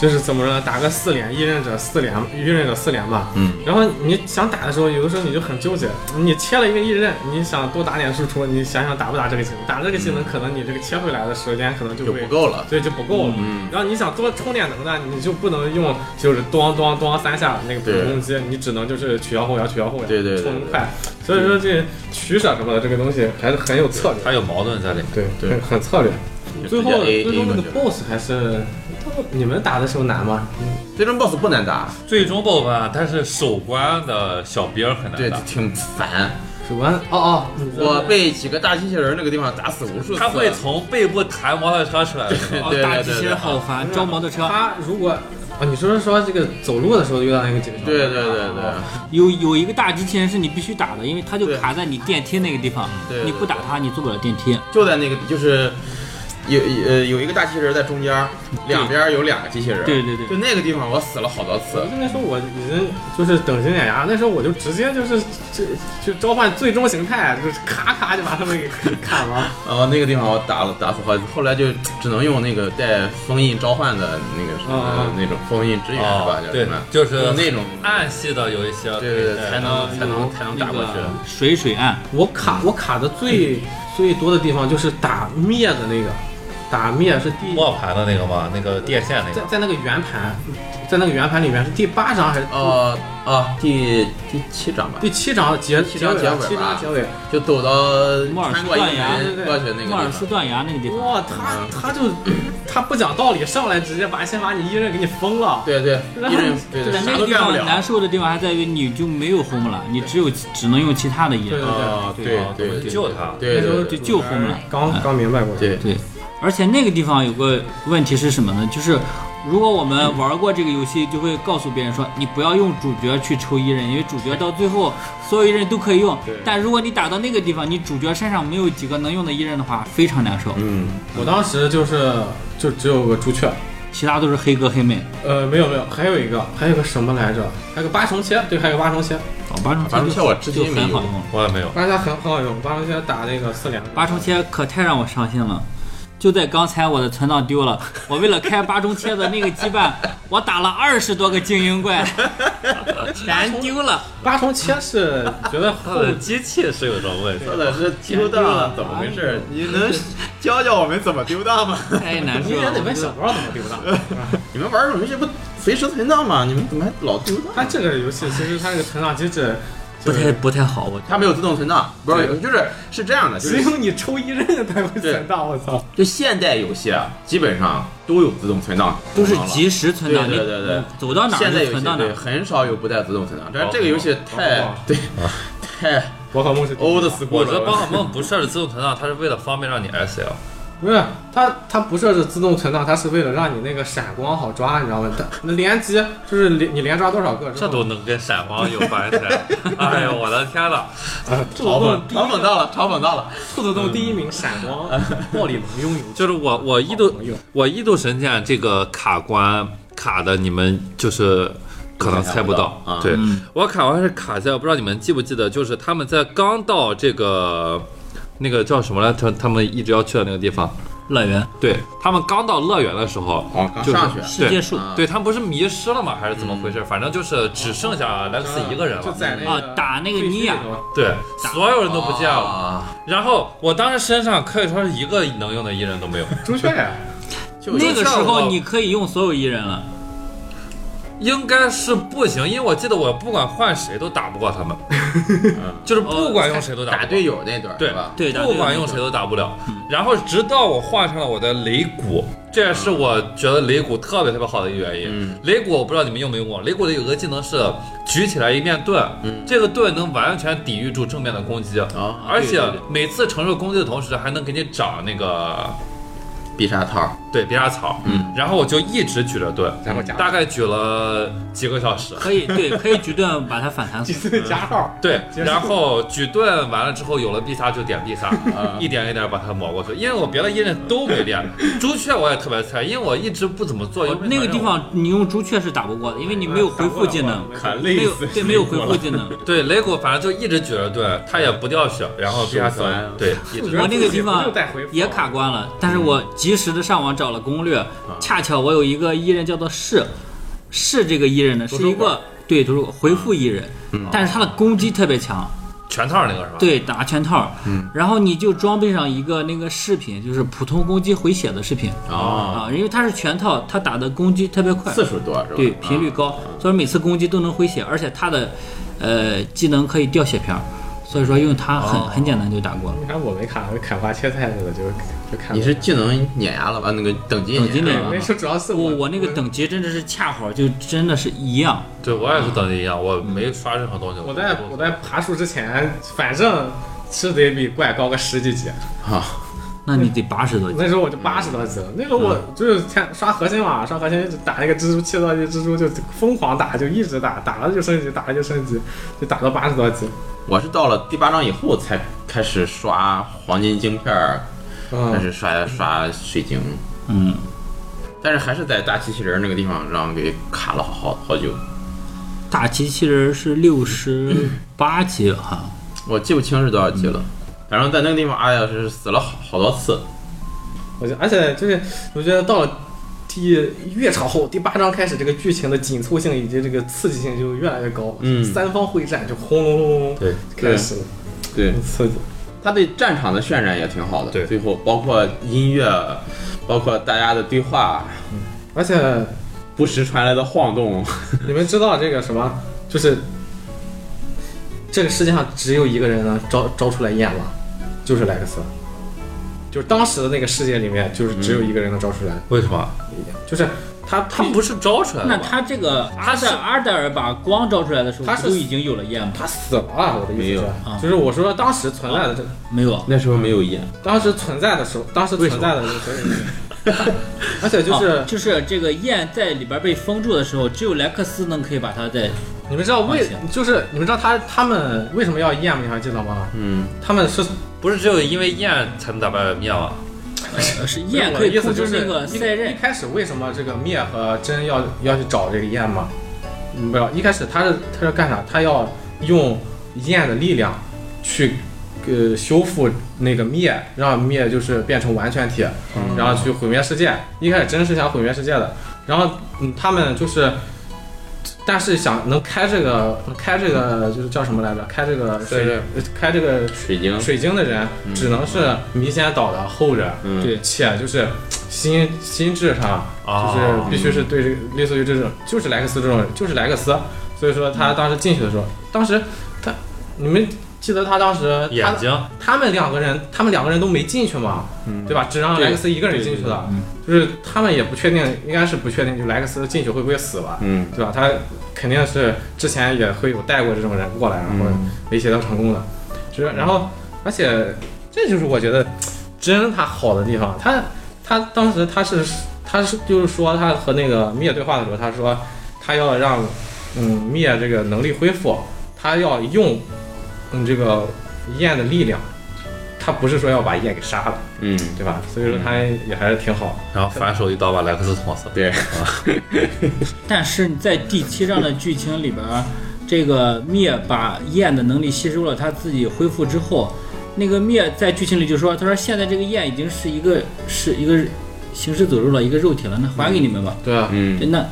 S3: 就是怎么说，呢，打个四连，一刃者四连，一刃者四连吧。
S1: 嗯。
S3: 然后你想打的时候，有的时候你就很纠结，你切了一个一刃，你想多打点输出，你想想打不打这个技能？打这个技能，可能你这个切回来的时间可能就
S1: 就
S3: 会
S1: 不够了。
S3: 对，就不够嗯了。然后你想多充点能量，你就不能用就是咣咣咣三下那个普
S1: 对
S3: 攻击，你只能就是取消后摇，取消后摇，
S1: 对对对
S3: 冲快。所以说这取舍什么的这个东西还是很有策略，
S4: 它有矛盾在里面。
S3: 对
S1: 对
S3: 很很策略。最后
S1: 就直接 A
S3: 最终那
S1: A
S3: 个
S1: 过去了
S3: BOSS 还是你们打的时候难吗？
S1: 最终 BOSS 不难打，
S4: 最终 BOSS 吧，但是首关的小兵很难
S1: 对
S4: 打，，
S1: 挺烦。
S3: 主观哦哦，
S1: 我被几个大机器人那个地方打死无数次。
S4: 他会从背部弹摩托车出来的那种。
S2: 哦，
S1: 对
S2: 大
S1: 对
S2: 机
S1: 对
S2: 器
S1: 对嗯
S2: 人好烦，
S3: 对
S2: 招摩托车，
S3: 他如果啊，你说是说这个走路的时候遇到那个几个小
S1: 对
S3: 孩
S1: 对对对，
S2: 有有一个大机器人是你必须打的，因为它就
S1: 对
S2: 卡在你电梯那个地方
S1: 对对，
S2: 你不打它你坐不了电梯。
S1: 就在那个就是有呃有一个大机器人在中间，两边有两个机器人。
S2: 对对对
S1: 就那个地方我死了好多次
S3: 我。就那时候我已经就是等心碾压，那时候我就直接就是这就召唤最终形态，就是咔咔就把他们给砍了。
S1: 然后那个地方我打了打死好几次，后来就只能用那个带封印召唤的那个什
S3: 啊
S1: 么
S3: 啊
S1: 那种封印支援是吧？
S4: 哦
S1: 叫
S4: 对
S1: 什么？
S4: 就是
S1: 用那种。
S4: 暗系的有一些，
S1: 对对对，才能
S4: 嗯
S1: 才能才能打过去。
S2: 水水岸，
S3: 我卡我卡的最最多的地方就是打灭的那个，打灭是第
S4: 磨盘的那个嘛，那个电线那
S3: 在
S4: 个。
S3: 在那个圆盘，在那个圆盘里面是第八章还是
S1: 哦哦，第第七章吧，
S3: 第七章结
S1: 七
S3: 结
S1: 章
S3: 尾啊
S1: 结尾
S3: 七章
S1: 吧
S3: 结尾。
S1: 就走到
S2: 莫尔斯
S1: 穿过一
S2: 断崖
S1: 门过去那个地
S2: 莫尔斯
S1: 方。
S2: 断崖那个地
S1: 嗯
S2: 方，
S3: 哇，他他就他不讲道理，上来直接把先把你一人给你封了。
S1: 对对，一人对对
S2: 在
S1: 啥
S2: 那
S1: 都
S2: 个地
S1: 干不
S2: 方
S1: 了。
S2: 难受的地方还在于你就没有 home 了，你只有只能用其他的野
S3: 对，
S1: 啊，对
S4: 哦
S1: 对
S4: 怎么
S1: 对
S4: 救他。
S1: 对
S3: 那时候
S1: 对对
S2: 就就 home 了。
S3: 刚刚明白过去。
S1: 对，
S2: 对，而且那个地方有个问题是什么呢？就是如果我们玩过这个游戏，就会告诉别人说，你不要用主角去抽一人，因为主角到最后所有一人都可以用
S1: 对。
S2: 但如果你打到那个地方，你主角身上没有几个能用的一人的话，非常难受。
S1: 嗯，
S3: 我当时就是就只有个朱雀，
S2: 其他都是黑哥黑妹，
S3: 呃，没有没有，还有一个还有个什么来着？还有个八重切，对，还有个八重切，
S2: 哦八重
S1: 八重
S2: 切
S1: 切
S2: 就
S1: 我至
S2: 就
S1: 今没
S2: 很好
S1: 有。
S2: 用。
S4: 我也没有，
S3: 八重切很很好用，八重切打那个四连。
S2: 八重切可太让我伤心了。就在刚才，我的存档丢 了。我为了开八重切的那个羁绊，我打了二十多个精 英怪，全丢了。
S3: 八重切 是觉得
S4: 它
S3: 后
S4: 的
S2: 呃
S4: 机器是有这种问题。
S1: 说的是丢当了，怎么回事？你能教教我们怎么丢当吗？
S2: 太难
S3: 你
S2: 受
S3: 也
S2: 了。
S3: 得问小多少怎么丢
S2: 呃
S3: 的。
S1: 你们玩什么游戏不随时存档吗？你们怎么还老丢档？
S3: 它这个游戏其实它这个成长机制
S2: 不
S3: 就
S2: 太
S3: 是
S2: 不太好，我
S1: 它没有自动存档，不是，就是是这样的，就
S3: 只
S1: 是
S3: 有你抽一刃才会存档，我操！
S1: 就现代游戏啊，基本上都有自动存档，
S2: 都是及时存档，
S1: 对
S2: 你嗯
S1: 对对对
S2: 走到哪
S1: 现在
S2: 儿
S1: 游
S2: 就存
S1: 戏
S2: 到哪
S1: 对
S2: 儿。
S1: 很少有不带自动存档，但是这个游戏
S3: 宝
S1: 太
S3: 可梦
S1: 对太
S3: 宝可梦是
S1: old school 了。
S4: 我觉得宝可梦不设置自动存档，它是为了方便让你 S L。
S3: 不是它，它不设置自动存档，它是为了让你那个闪光好抓，你知道吗？它 那连击就是连你连抓多少个之
S4: 这
S3: 后，
S4: 都能跟闪光有关系？哎呦，我的天呐！
S3: 啊兔
S1: 嘲讽
S3: 子洞第一
S1: 嘲讽到了，嘲讽到了。
S3: 兔子洞第一名闪光，暴力能拥有。
S4: 就是我我异度
S3: 朋友
S4: 我异度神剑这个卡关卡的，你们就是可能猜不到。
S1: 啊
S4: 对、我卡关是卡在，我不知道你们记不记得，就是他们在刚到这个那个叫什么来，他他们一直要去的那个地方，
S2: 乐园
S4: 对他们刚到乐园的时候，
S1: 哦，刚
S4: 就是
S1: 上去，
S2: 世界树
S1: 啊
S4: 对他们不是迷失了吗？还是怎么回事？反正就是只剩下莱克斯一个人
S3: 就
S4: 了。
S3: 在那个
S2: 啊打那个尼亚
S3: 废墟里头
S4: 对，所有人都不见了。
S1: 啊，
S4: 然后我当时身上可以说是一个能用的艺人都没有。
S3: 朱雀 啊呀，
S1: 就
S2: 那个时候
S4: 我
S2: 你可以用所有一人了，
S4: 应该是不行，因为我记得我不管换谁都打不过他们，就是不管用谁都打
S1: 打
S4: 不过
S1: 队，友那段
S4: 对
S1: 是吧？
S2: 对，
S4: 不管用谁都打不了。然后直到我换上了我的擂鼓，这也是我觉得擂鼓特别特别好的一个原因
S1: 嗯。
S4: 擂鼓我不知道你们用没用过，擂鼓的有个技能是举起来一面盾，这个盾能完全抵御住正面的攻击，
S1: 啊，
S4: 而且
S2: 对对对
S4: 每次承受攻击的同时还能给你长那个
S1: 必杀套，
S4: 对，别杀草，
S1: 嗯，
S4: 然后我就一直举着盾，
S3: 然后加
S4: 大概举了几个小时，
S2: 可以对， 可以举盾把它反弹
S3: 几
S2: 死。
S3: 次加号，
S4: 对，
S3: 结束
S4: 然后举盾完了之后有了必杀就点必杀，
S2: 啊
S4: 一点一点把它磨过去。因为我别的音刃都没练，朱雀我也特别菜，因为我一直不怎么做。因为
S2: 哦那个
S4: 反正
S2: 地
S4: 我
S2: 方你用朱雀是打不过的，因为你没有回复技 能，
S3: 砍
S1: 累
S2: 没有对没有回复技能。
S4: 对雷古反正就一直举着盾，他也不掉血，然后必杀死
S1: 手酸啊，
S4: 对，一直
S2: 我那个地
S3: 不
S2: 方
S3: 用带回复
S2: 也卡关了，但是我及时的上网找了攻略，
S1: 嗯
S2: 恰巧我有一个艺人叫做是，是这个艺人呢是一个对图书馆回复艺人，
S1: 嗯
S2: 但是他的攻击特别强，
S4: 全套那个是吧？，
S2: 对打圈套，然后你就装备上一个那个饰品，就是普通攻击回血的饰品
S1: 哦，
S2: 啊，因为他是全套，他打的攻击特别快，
S1: 次数多是吧？
S2: 对频
S1: 啊
S2: 率高，所以每次攻击都能回血，而且他的呃技能可以掉血瓶儿，所以说用它很很简单就打过了。
S3: 你看我没卡，我砍伐切菜去了，就就看
S1: 你
S2: 啊
S1: 是技能碾压了吧？那个啊等级
S2: 等级
S1: 碾
S2: 碾
S1: 压
S2: 压
S3: 没事，主要是
S2: 我
S3: 我
S2: 我那个等级真的是恰好，就真的是一样。
S4: 对我也是等级一样，我没刷任何东西。
S3: 我在我在爬树之前，反正是得比怪高个十几级。
S1: 啊，
S2: 那你得八十多级，
S3: 那时候我就八十多级了，那时候我就是天刷核心嘛，刷核心就打那个蜘蛛七十多级蜘蛛就疯狂打，就一直打，打了就升级，打了就升级，就打到八十多级。
S1: 我是到了第八章以后才开始刷黄金晶片儿，开
S3: 嗯，
S1: 始刷刷水晶，
S2: 嗯，
S1: 但是还是在大机器人那个地方让给卡了好好好久，
S2: 大机器人是六十八级哈，
S1: 我记不清是多少级了。反正在那个地方，哎呀，是死了好好多次。
S3: 我就而且就是我觉得到了第越朝后第八章开始，这个剧情的紧凑性以及这个刺激性就越来越高，
S1: 嗯
S3: 三方会战就轰隆隆隆隆
S4: 对
S3: 就开始了，
S1: 对
S3: 很，刺激。
S1: 他对战场的渲染也挺好的。
S4: 对
S1: 最后包括音乐，包括大家的对话，
S3: 而且
S1: 不时传来的晃动，
S3: 你们知道这个什么？就是这个世界上只有一个人能啊招招出来焰吗？就是莱克斯。就是当时的那个世界里面，就是
S1: 嗯
S3: 只有一个人能招出来，
S4: 为什么？
S3: 就是他
S4: 他不是招出来
S2: 那
S4: 的吗？
S2: 他这个阿
S4: 嗯是
S2: 德阿德尔把光照出来的时候，
S3: 他
S2: 他
S3: 是
S2: 就已经有了焰吗？
S3: 他死了啊！我的
S1: 没
S3: 意
S1: 有啊
S3: 思
S2: 啊
S3: 是，就是我说当时存在的这，
S2: 没有，啊
S1: 那时候没有演。
S3: 当时存在的时候，当时存在的所有人， 而且就是、
S2: 啊就是这个焰在里边被封住的时候，只有莱克斯能可以把它在
S3: 你们知道为
S1: 啊
S2: 放血
S3: 就是你们知道他他们为什么要焰吗？你还记得吗？
S1: 嗯，
S3: 他们是
S4: 不是只有因为焰才能打败灭吗？
S2: 呃是焰可以
S3: 我的意思
S2: 控
S3: 就
S2: 制
S3: 是
S2: 那个赛
S3: 一
S2: 刃，
S3: 开始为什么这个灭和真要要去找这个焰嘛？嗯不要，一开始他是他是干啥？他要用焰的力量去呃修复那个灭，让灭就是变成完全体，
S2: 嗯
S3: 然后去毁灭世界。一开始真是想毁灭世界的，然后嗯他们就是。但是想能开这个开这个就是叫什么来着？开这个
S1: 对对
S3: 水开这
S2: 嗯
S3: 个
S1: 水晶，
S3: 水晶的人，只能是弥仙岛的后人。
S1: 嗯，
S2: 对
S3: 且就是心心智上，
S1: 啊
S3: 就
S4: 哦
S3: 是必须是对这个类似于这种，就是莱克斯这种人，就是莱克斯。所以说
S1: 嗯
S3: 他当时进去的时候，当时他，你们记得他当时
S4: 眼
S3: 他
S4: 睛
S3: 他们两个人，他们两个人都没进去嘛，
S1: 嗯
S3: 对吧？只让莱克斯一个人进去的，就是他们也不确定，应该是不确定，就莱克斯进去会不会死吧？
S1: 嗯，
S3: 对吧？他肯定是之前也会有带过这种人过来，然后
S1: 嗯
S3: 威胁到成功的，就是然后而且这就是我觉得真他好的地方，他他当时他是他是就是说他和那个灭对话的时候，他说他要让嗯灭这个能力恢复，他要用嗯这个焰的力量，他不是说要把焰给杀了，
S1: 嗯，
S3: 对吧？所以说他也还是挺好的。
S4: 然后反手一刀把莱克斯捅死。
S1: 对，
S2: 但是在第七章的剧情里边儿，这个灭把焰的能力吸收了，他自己恢复之后，那个灭在剧情里就说：“他说现在这个焰已经是一个是一个行尸走肉了，一个肉体了，那还给你们吧。
S3: 对啊，
S1: 嗯，
S2: 那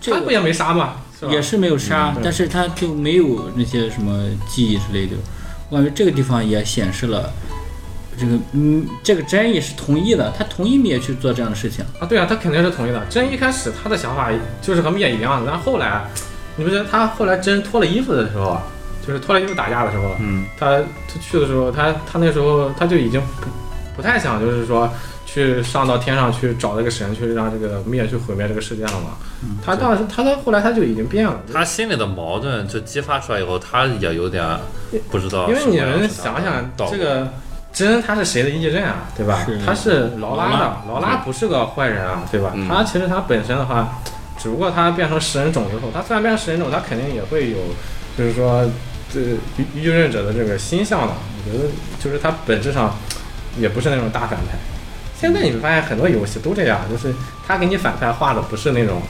S2: 这
S3: 他不
S2: 个
S3: 也没杀嘛，是吧？嗯
S2: 也是没有杀，
S3: 对
S2: 但是他就没有那些什么记忆之类的。我感觉这个地方也显示了。这个嗯，这个真也是同意的，他同意灭去做这样的事情。
S3: 啊，对啊，他肯定是同意的。真一开始他的想法就是和灭一样的，但后来，你不觉得他后来真脱了衣服的时候，啊就是脱了衣服打架的时候，
S1: 嗯，
S3: 他他去的时候，他他那时候他就已经不不太想就是说去上到天上去找这个神去让这个灭去毁灭这个世界了嘛。他当时他到后来他就已经变了，
S4: 他心里的矛盾就激发出来以后，他也有点不知道
S3: 因为
S1: 啊
S4: 什么
S3: 你
S4: 样的导向。
S3: 们想想
S4: 导
S3: 这个。真他是谁的一任啊，对吧？
S2: 是
S3: 他是劳拉的，
S1: 劳
S3: 劳
S1: 拉
S3: 拉不是个坏人啊，对吧？
S1: 嗯
S3: 他其实他本身的话，只不过他变成食人种之后，他虽然变成食人种，他肯定也会有，就是说这预任者的这个心向的。我觉得就是他本质上也不是那种大反派。现在你会发现很多游戏都这样，就是他给你反派画的不是那种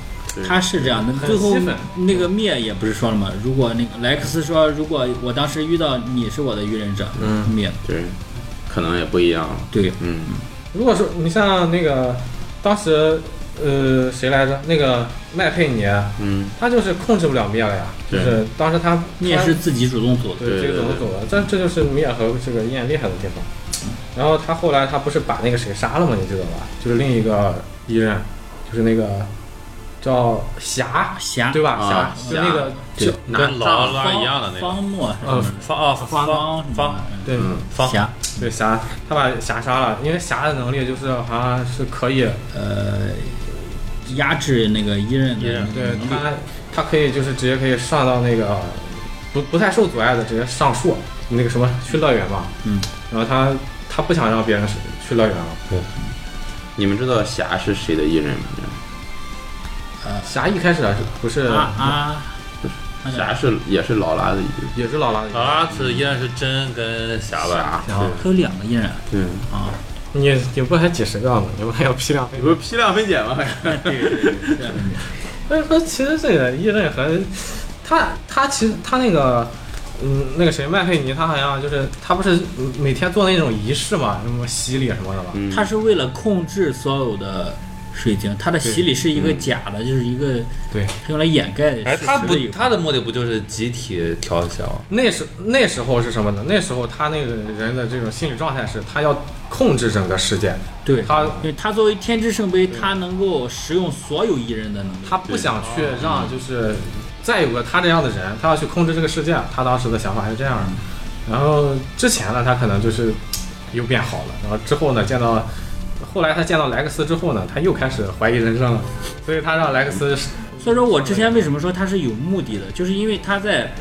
S2: 他是这样的，
S3: 很
S2: 最后
S3: 吸粉
S2: 那个灭也不是说了吗？如果那个莱克斯说，如果我当时遇到你是我的愚人者，
S3: 嗯
S2: 灭
S1: 对，可能也不一样了。
S2: 对，
S1: 嗯，
S3: 如果说你像那个当时呃谁来着？那个麦啊佩尼，
S1: 嗯，
S3: 他就是控制不了灭了呀，就
S1: 对
S3: 是当时他
S2: 灭
S3: 他
S2: 是自己主动做的，
S3: 对
S1: 对
S3: 这个
S1: 对
S3: 怎么走的？这这就是灭和这个燕厉害的地方。然后他后来他不是把那个谁杀了吗？你知道吧？就是另一个伊人，就是那个叫霞，
S2: 侠
S3: 对吧？
S1: 啊
S3: 霞就那个
S2: 对
S3: 就
S4: 拿劳拉
S2: 方
S4: 一样的那个，
S2: 方墨什
S3: 呃
S2: 么的
S4: 方啊方
S2: 方
S4: 方
S3: 对
S1: 嗯
S4: 方
S2: 侠
S3: 对霞，他把霞杀了，因为霞的能力就是好像是可以，
S2: 呃压制那个伊人
S4: 伊
S2: 的
S4: 人
S2: 那个
S3: 对
S2: 能力，
S3: 他他可以就是直接可以上到那个不不太受阻碍的直接上树，那个什么去乐园嘛。
S2: 嗯。
S3: 然后他他不想让别人去乐园了。对。
S1: 你们知道侠是谁的艺人吗？
S3: 霞一开始不是
S2: 啊啊，那个
S1: 侠是也是劳拉的艺人。
S3: 也是劳拉的意思
S4: 劳拉是依然是真跟侠吧？
S1: 侠，嗯
S2: 他有两个伊人
S1: 对，
S2: 啊，
S3: 你你不还几十个吗？你不还要批量分
S1: 你不是批量分解吗？
S3: 所以说，其实这个伊任和他他其实他那个嗯那个谁麦佩尼，他好像就是他不是每天做那种仪式嘛，什么洗礼什么的吧？
S1: 嗯
S2: 他是为了控制所有的水晶，他的洗礼是一个假的，就是一个
S3: 对，
S2: 它用来掩盖事实
S4: 哎，他不
S2: 的一，个
S4: 他的目的不就是集体调小？
S3: 那时那时候是什么呢？那时候他那个人的这种心理状态是，他要控制整个世界，
S2: 对
S3: 他
S2: 因为他作为天之圣杯，他能够使用所有异人的能力。
S3: 他不想去让就是再有个他这样的人，他要去控制这个世界。他当时的想法是这样的。然后之前呢，他可能就是又变好了，然后之后呢，见到后来他见到莱克斯之后呢，他又开始怀疑人生了，所以他让莱克斯
S2: 所以说我之前为什么说他是有目的的，就是因为他在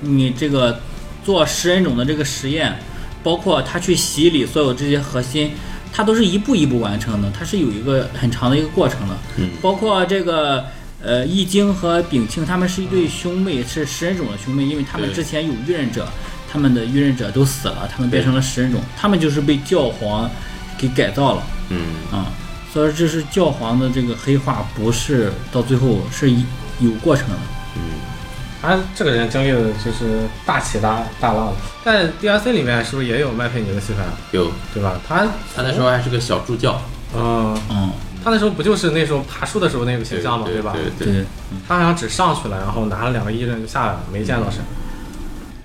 S2: 你这个做食人种的这个实验，包括他去洗礼所有这些核心，他都是一步一步完成的，它是有一个很长的一个过程的。
S1: 嗯，
S2: 包括这个呃易经和丙庆，他们是一对兄妹，是食人种的兄妹，因为他们
S1: 对
S2: 之前有预任者，他们的预任者都死了，他们变成了食人种，他们就是被教皇给改造了。
S1: 嗯，
S2: 啊，所以说这是教皇的这个黑化，不是到最后是有过程的。
S1: 嗯
S3: 他这个人经历的就是大起大大浪。但 DLC 里面是不是也有麦佩尼的戏份啊？
S1: 有，
S3: 对吧？他
S1: 他那时候还是个小助教，
S3: 嗯、
S2: 嗯，
S3: 他那时候不就是那时候爬树的时候那个形象嘛，
S1: 对
S3: 吧？
S1: 对对，
S2: 对。
S3: 他好像只上去了，然后拿了两个一刃就下来了，没见到谁。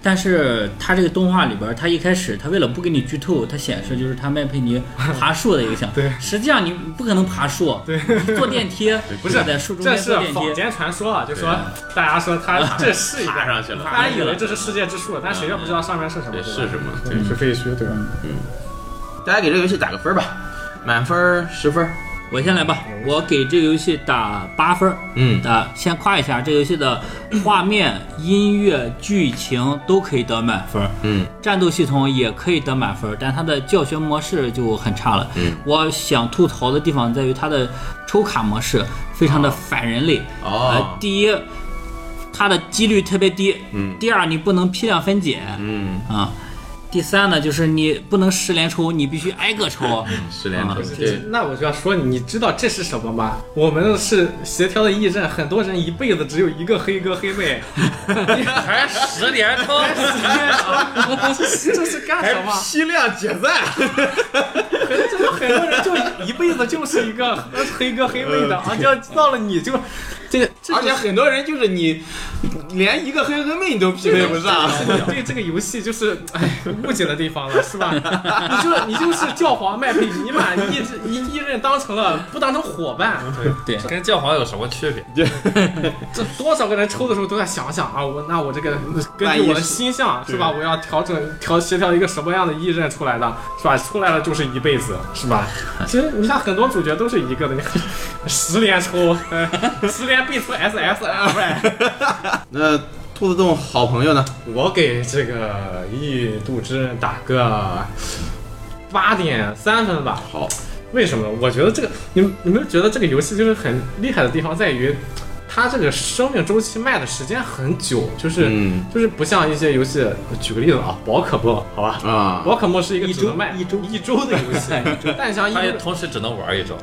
S2: 但是他这个动画里边儿，他一开始他为了不给你剧透，他显示就是他麦佩尼爬树的一个像。
S3: 对
S2: 实际上你不可能爬树，对，坐电梯
S1: 不
S2: 是在树中
S3: 这
S2: 间坐
S3: 是
S2: 电
S3: 坊
S2: 梯，
S3: 间传说啊，就
S1: 对
S3: 说
S1: 啊
S3: 大家说它这是一个
S1: 爬，上去了，
S3: 大家以为这是世界之树，啊但谁也不知道上面是什么，
S1: 对，
S3: 吧
S1: 是什么？对，
S3: 对嗯是废墟，对吧？
S1: 大家给这个游戏打个分吧，满分十分。
S2: 我先来吧，我给这个游戏打八分儿。
S1: 嗯，
S2: 啊、先夸一下这个游戏的画面、音乐、剧情都可以得满分，
S1: 嗯，
S2: 战斗系统也可以得满分，但它的教学模式就很差了。
S1: 嗯，
S2: 我想吐槽的地方在于它的抽卡模式非常的反人类。
S1: 哦
S2: 呃，，第一，它的几率特别低；
S1: 嗯
S2: 第二，你不能批量分解。
S1: 嗯，
S2: 啊，第三呢，就是你不能十连抽，你必须挨个抽。
S1: 失联者
S2: 啊
S1: 对，
S3: 那我就要说，你知道这是什么吗？我们是协调的义阵，很多人一辈子只有一个黑哥黑妹，
S4: 还十连 抽，
S3: 这是干什么？
S1: 哎批量解散。
S3: 这是很多人就一辈子就是一个 黑哥黑妹的，啊，这到了你就这个，这
S1: 而且很多人就是你连一个黑和妹你都匹配不上。
S3: 啊对这个游戏就是哎误解的地方了，是 吧？你就你就是教皇麦佩尼把一一一任当成了不当成伙伴，
S2: 对，
S4: 跟教皇有什么区别？
S3: 这多少个人抽的时候都在想想啊，我那我这个根
S1: 万
S3: 据
S1: 一
S3: 我的
S1: 是
S3: 心向是吧？
S1: 对
S3: 我要调整调协调一个什么样的一任出来的，是吧？出来了就是一辈子，是 吧？其实你像很多主角都是一个的，你看 十连抽，哎 十连必出啊 SSR。
S1: 那兔子洞好朋友呢？
S3: 我给这个《异度之刃》打个八点三分吧。
S1: 好，
S3: 为什么呢？我觉得这个，你们你们觉得这个游戏就是很厉害的地方在于，它这个生命周期卖的时间很久，就是、
S1: 嗯
S3: 就是不像一些游戏，举个例子啊，宝可梦，好吧，
S1: 啊，
S3: 宝可梦是一个
S2: 一
S3: 只
S2: 周
S3: 能卖
S2: 一周
S3: 一周的 游戏，但你像一
S4: 他也同时只能玩一周。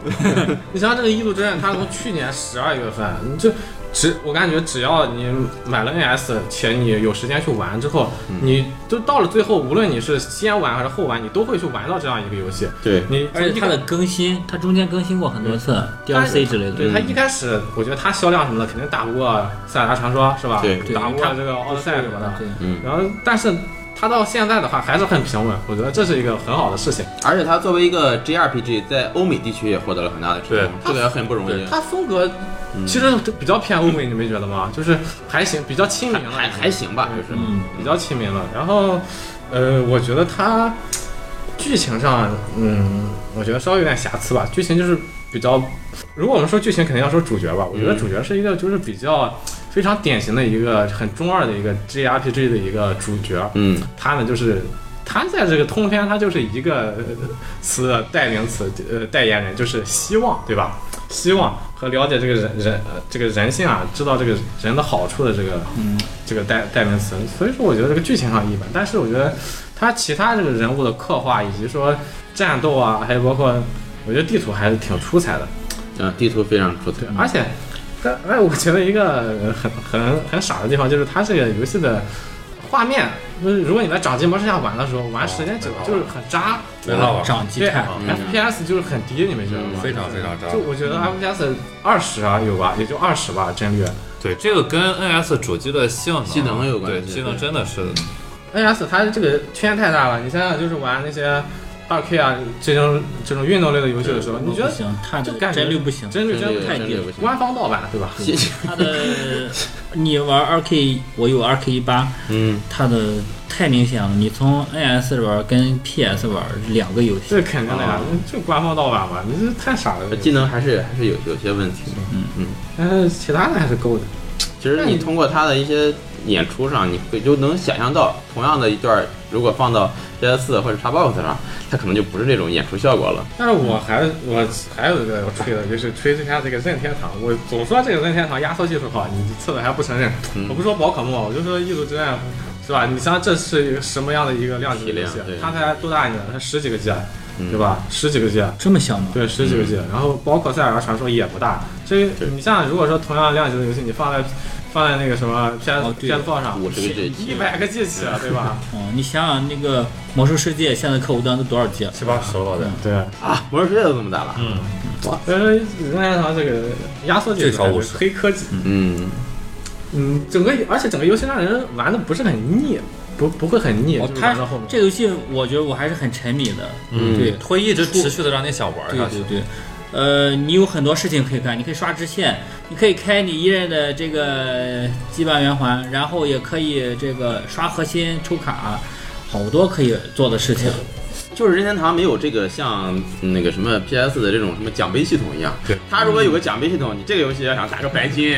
S3: 你像这个《异度之刃》，它从去年十二月份，你就只我感觉只要你买了 NS 且你有时间去玩之后，你就到了最后，无论你是先玩还是后玩，你都会去玩到这样一个游戏。
S1: 对，
S3: 你
S2: 而且它
S3: 它
S2: 的更新，它中间更新过很多次 DLC 之类
S3: 对
S2: 的。嗯
S3: 它一开始，我觉得它销量什么的肯定打不过《塞尔达传说》，是吧？
S1: 对
S2: 对
S3: 打不过
S2: 它
S3: 这个《奥德赛》什么的。
S2: 对，
S1: 嗯，
S3: 然后，但是它到现在的话还是很平稳，我觉得这是一个很好的事情。
S1: 而且它作为一个 JRPG，在欧美地区也获得了很大的成
S4: 对
S1: 功，这个很不容易。嗯
S3: 它风格其实比较偏欧美，你没觉得吗？就是还行，比较亲民了，
S1: 还还行吧，就是
S2: 嗯，
S3: 比较亲民了。然后，呃，我觉得它剧情上，嗯，我觉得稍微有点瑕疵吧。剧情就是比较，如果我们说剧情，肯定要说主角吧。我觉得
S1: 嗯
S3: 主角是一个就是比较非常典型的一个很中二的一个 JRPG 的一个主角，
S1: 嗯，
S3: 他呢就是。他在这个通篇，他就是一个呃词的代名词，呃，代言人就是希望，对吧？希望和了解这个人人呃这个人性啊，知道这个人的好处的这个这个代代名词，所以说我觉得这个剧情上一般，但是我觉得他其他这个人物的刻画以及说战斗啊，还有包括我觉得地图还是挺出彩的，
S1: 啊，地图非常出彩。
S3: 而且，但哎，我觉得一个呃很很很傻的地方就是它这个游戏的画面，就是如果你在掌机模式下玩的时候，玩时间久了就是很渣，
S4: 没办法，
S2: 长鸡
S3: 对
S2: 态，
S1: 嗯
S3: ，FPS 就是很低，你们觉得吗？
S4: 非常非啊常渣。
S3: 就我觉得 FPS 二十啊有吧，也就二十吧帧率
S4: 对，这个跟 NS 主机的性能
S1: 性能有关系
S4: 对，性能真的是
S3: ，NS 它这个圈太大了，你想想就是玩那些二 K 啊这种这种运动类的游戏的时候，你觉
S2: 不
S3: 得
S2: 行，它
S3: 就感
S2: 的
S3: 觉
S2: 帧率不行，
S3: 帧率
S1: 真
S3: 真
S1: 的
S3: 的
S2: 太低了
S1: 不行。
S3: 官方盗版对吧？
S1: 谢谢，
S2: 它的你玩二 K，我有二 K 一八，
S1: 嗯，
S2: 它的太明显了。你从 NS 玩跟 PS 玩两个游戏，
S3: 这肯定的呀
S1: 哦，
S3: 就官方盗版嘛，你这太傻了。
S1: 技能还是还是有有些问题的。
S3: 但是呃其他的还是够的。
S1: 其实
S3: 那
S1: 你
S3: 你
S1: 通过他的一些演出上，你会就能想象到，同样的一段，如果放到 PS 四或者 Xbox 上，它可能就不是这种演出效果了。
S3: 但是我还我还有一个要吹的，就是吹一下这个任天堂。我总说这个任天堂压缩技术好，你次的还不承认。
S1: 嗯
S3: 我不说宝可梦，我就说《异度之刃》，是吧？你像这是一个什么样的一个量级的游戏
S1: 体量对？
S3: 它才多大一点？它十几个 G，
S1: 嗯
S3: 对吧？十几个 G。
S2: 这么小吗？
S3: 对，十几个 G，、然后包括《塞尔达传说》也不大。这个
S1: 对
S3: 你像如果说同样量级的游戏，你放在放在那个什么 PS、
S2: 哦对
S3: PS 上，
S1: 50个 G
S3: 一百个 G 起了，对吧？
S2: 哦，你想想那个魔兽世界现在客户端都多少啊 G 了？
S4: 七八十了得，
S3: 对，
S1: 啊，魔兽世界都这么大了，
S4: 嗯，
S3: 所以说任天堂这个压缩技术
S4: 最少
S3: 感觉
S4: 50
S3: 黑科技。
S1: 嗯，
S3: 嗯，整个而且整个游戏让人玩的不是很腻，不不会很腻，
S2: 哦
S3: 就，是
S2: 它
S3: 玩到后面。
S2: 这个游戏我觉得我还是很沉迷的，
S1: 嗯
S2: 对，
S4: 会一直持续的让你想玩
S2: 对
S4: 下
S2: 对
S4: 去。
S2: 对，呃，你有很多事情可以干，你可以刷支线，你可以开你一任的这个羁绊圆环，然后也可以这个刷核心抽卡，好多可以做的 事情。
S1: 就是任天堂没有这个像嗯那个什么 PS 的这种什么奖杯系统一样。
S4: 对，
S1: 它如果有个奖杯系统，你这个游戏要想打个白金，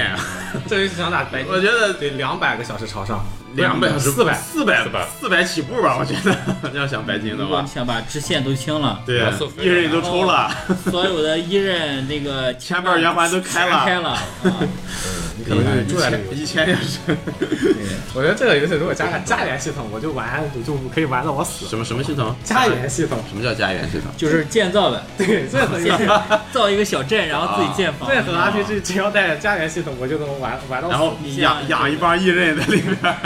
S3: 这游戏想打白
S1: 我觉得
S3: 得两百个小时朝上，
S1: 两百
S3: 四百。
S1: 四百
S4: 400
S1: 四百起步吧，我觉得要想白金的
S2: 如果
S1: 话
S2: 你。想把支线都 清了，
S1: 对啊
S4: 要，
S1: 一人也都抽了，
S2: 所有的一任 那个
S1: 前面圆环都开了
S2: 全开了，啊，
S3: 你可能就是住在这个游戏。
S1: 以前也是
S3: 我觉得这个游戏如果加个家园系统，我就玩，我就可以玩到我死。
S1: 什么什么系统？
S3: 家园系统，
S1: 什么叫家园系统？
S2: 就是建造呗，
S3: 对，任何游戏，
S2: 造一个小镇，然后自
S1: 啊
S2: 己 建房，啊
S3: 任何 RPG 只要带着家园系统，我就能玩玩到死。
S1: 然后你养养一帮异刃在里 边，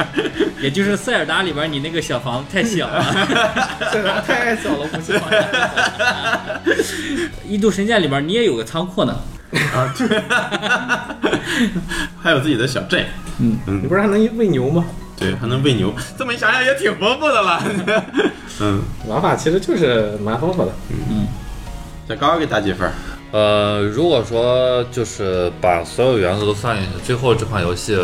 S2: 也就是塞尔达里边你那个小房子太小了。
S3: 这个太小了，不行。
S2: 啊异度神剑里边你也有个仓库呢，
S1: 还有自己的小镇，
S3: 你不是还能喂牛吗？
S1: 对，还能喂牛。这么一想想也挺丰富的了。嗯，
S3: 玩法其实就是蛮丰富的。
S1: 小高给打几分？
S4: 呃，如果说就是把所有元素都算进去，最后这款游戏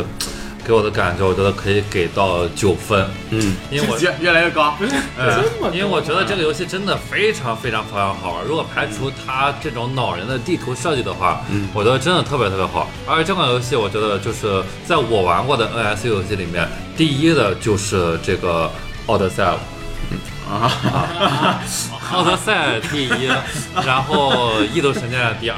S4: 给我的感觉，我觉得可以给到九分，
S1: 嗯，
S4: 因为我
S1: 越越来越高。
S4: 呃
S3: 这么高
S4: 因为我觉得这个游戏真的非常非常非常好玩。如果排除它这种恼人的地图设计的话，
S1: 嗯
S4: 我觉得真的特别特别好。而且这款游戏，我觉得就是在我玩过的 NS 游戏里面，第一的就是这个《奥德赛》了。奥德赛第 一，然后异度神剑第二，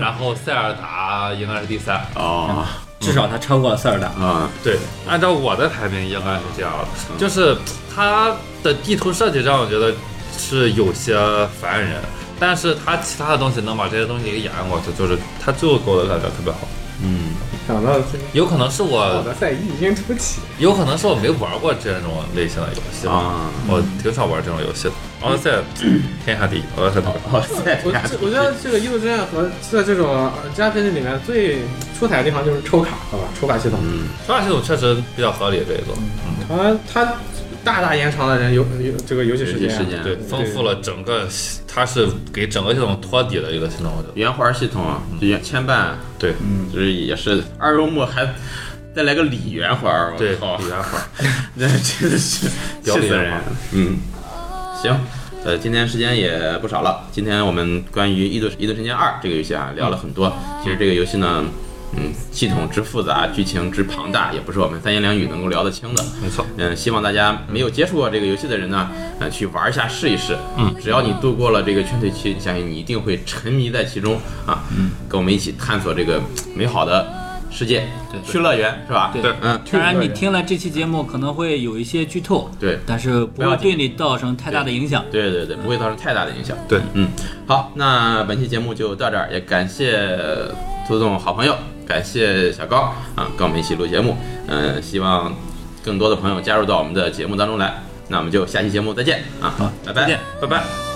S4: 然后塞尔达应该是第三。
S1: 哦
S2: 至少它超过了塞尔达。
S1: 啊
S4: 对，按照我的排名应该是这样的，就是它的地图设计让我觉得是有些烦人，但是它其他的东西能把这些东西给掩盖过去，就是它最后给我的感觉特别好。
S1: 嗯
S3: 想到这个
S4: 有可能是
S3: 奥
S4: 我，
S3: 德赛异军突起，
S4: 有可能是我没玩过这种类型的游戏吧，
S1: 啊
S4: 我挺少玩这种游戏的。奥德赛 天下第一，奥德赛第一。
S1: 哇塞
S3: 我这我觉得这个《异度之刃》和在这种 RPG 里面最出彩的地方就是抽卡，好吧，抽卡系统，
S1: 嗯
S4: 说话系统确实比较合理，这一座，嗯，
S3: 它它大大延长了人游游这个游戏时
S1: 游戏时间
S3: 间，啊
S4: 对，丰富了整个系，它是给整个系统托底的一个系统，我觉得。
S1: 圆环系统圆牵绊
S4: 对，
S1: 就是也是二周目还再来个里圆环儿，我
S4: 对，
S1: 靠
S4: 李，元华，
S1: 那真的是
S4: 表
S1: 气
S4: 里
S1: 死
S4: 圆
S1: 人
S4: 环。
S1: 嗯，行。呃，今天时间也不少了。今天我们关于《异度异度神剑二》这个游戏啊，聊了很多。其实这个游戏呢，嗯，系统之复杂，剧情之庞大，也不是我们三言两语能够聊得清的。
S4: 没错，
S1: 嗯，希望大家没有接触过这个游戏的人呢，呃，去玩一下试一试。嗯，只要你度过了这个劝退期，相信你一定会沉迷在其中啊。嗯，跟我们一起探索这个美好的世界，去乐园是吧？
S2: 对
S1: 嗯，
S2: 当然，你听了这期节目可能会有一些剧透，
S1: 对
S2: 但是不会对你造成太大的影响。
S1: 对对对，不会造成太大的影响。
S4: 对，
S1: 嗯，好，那本期节目就到这儿，也感谢兔总好朋友，感谢小高啊，跟我们一起录节目。嗯、希望更多的朋友加入到我们的节目当中来。那我们就下期节目再见啊，
S2: 好
S1: 拜拜，
S2: 再见
S1: 拜拜。
S4: 拜。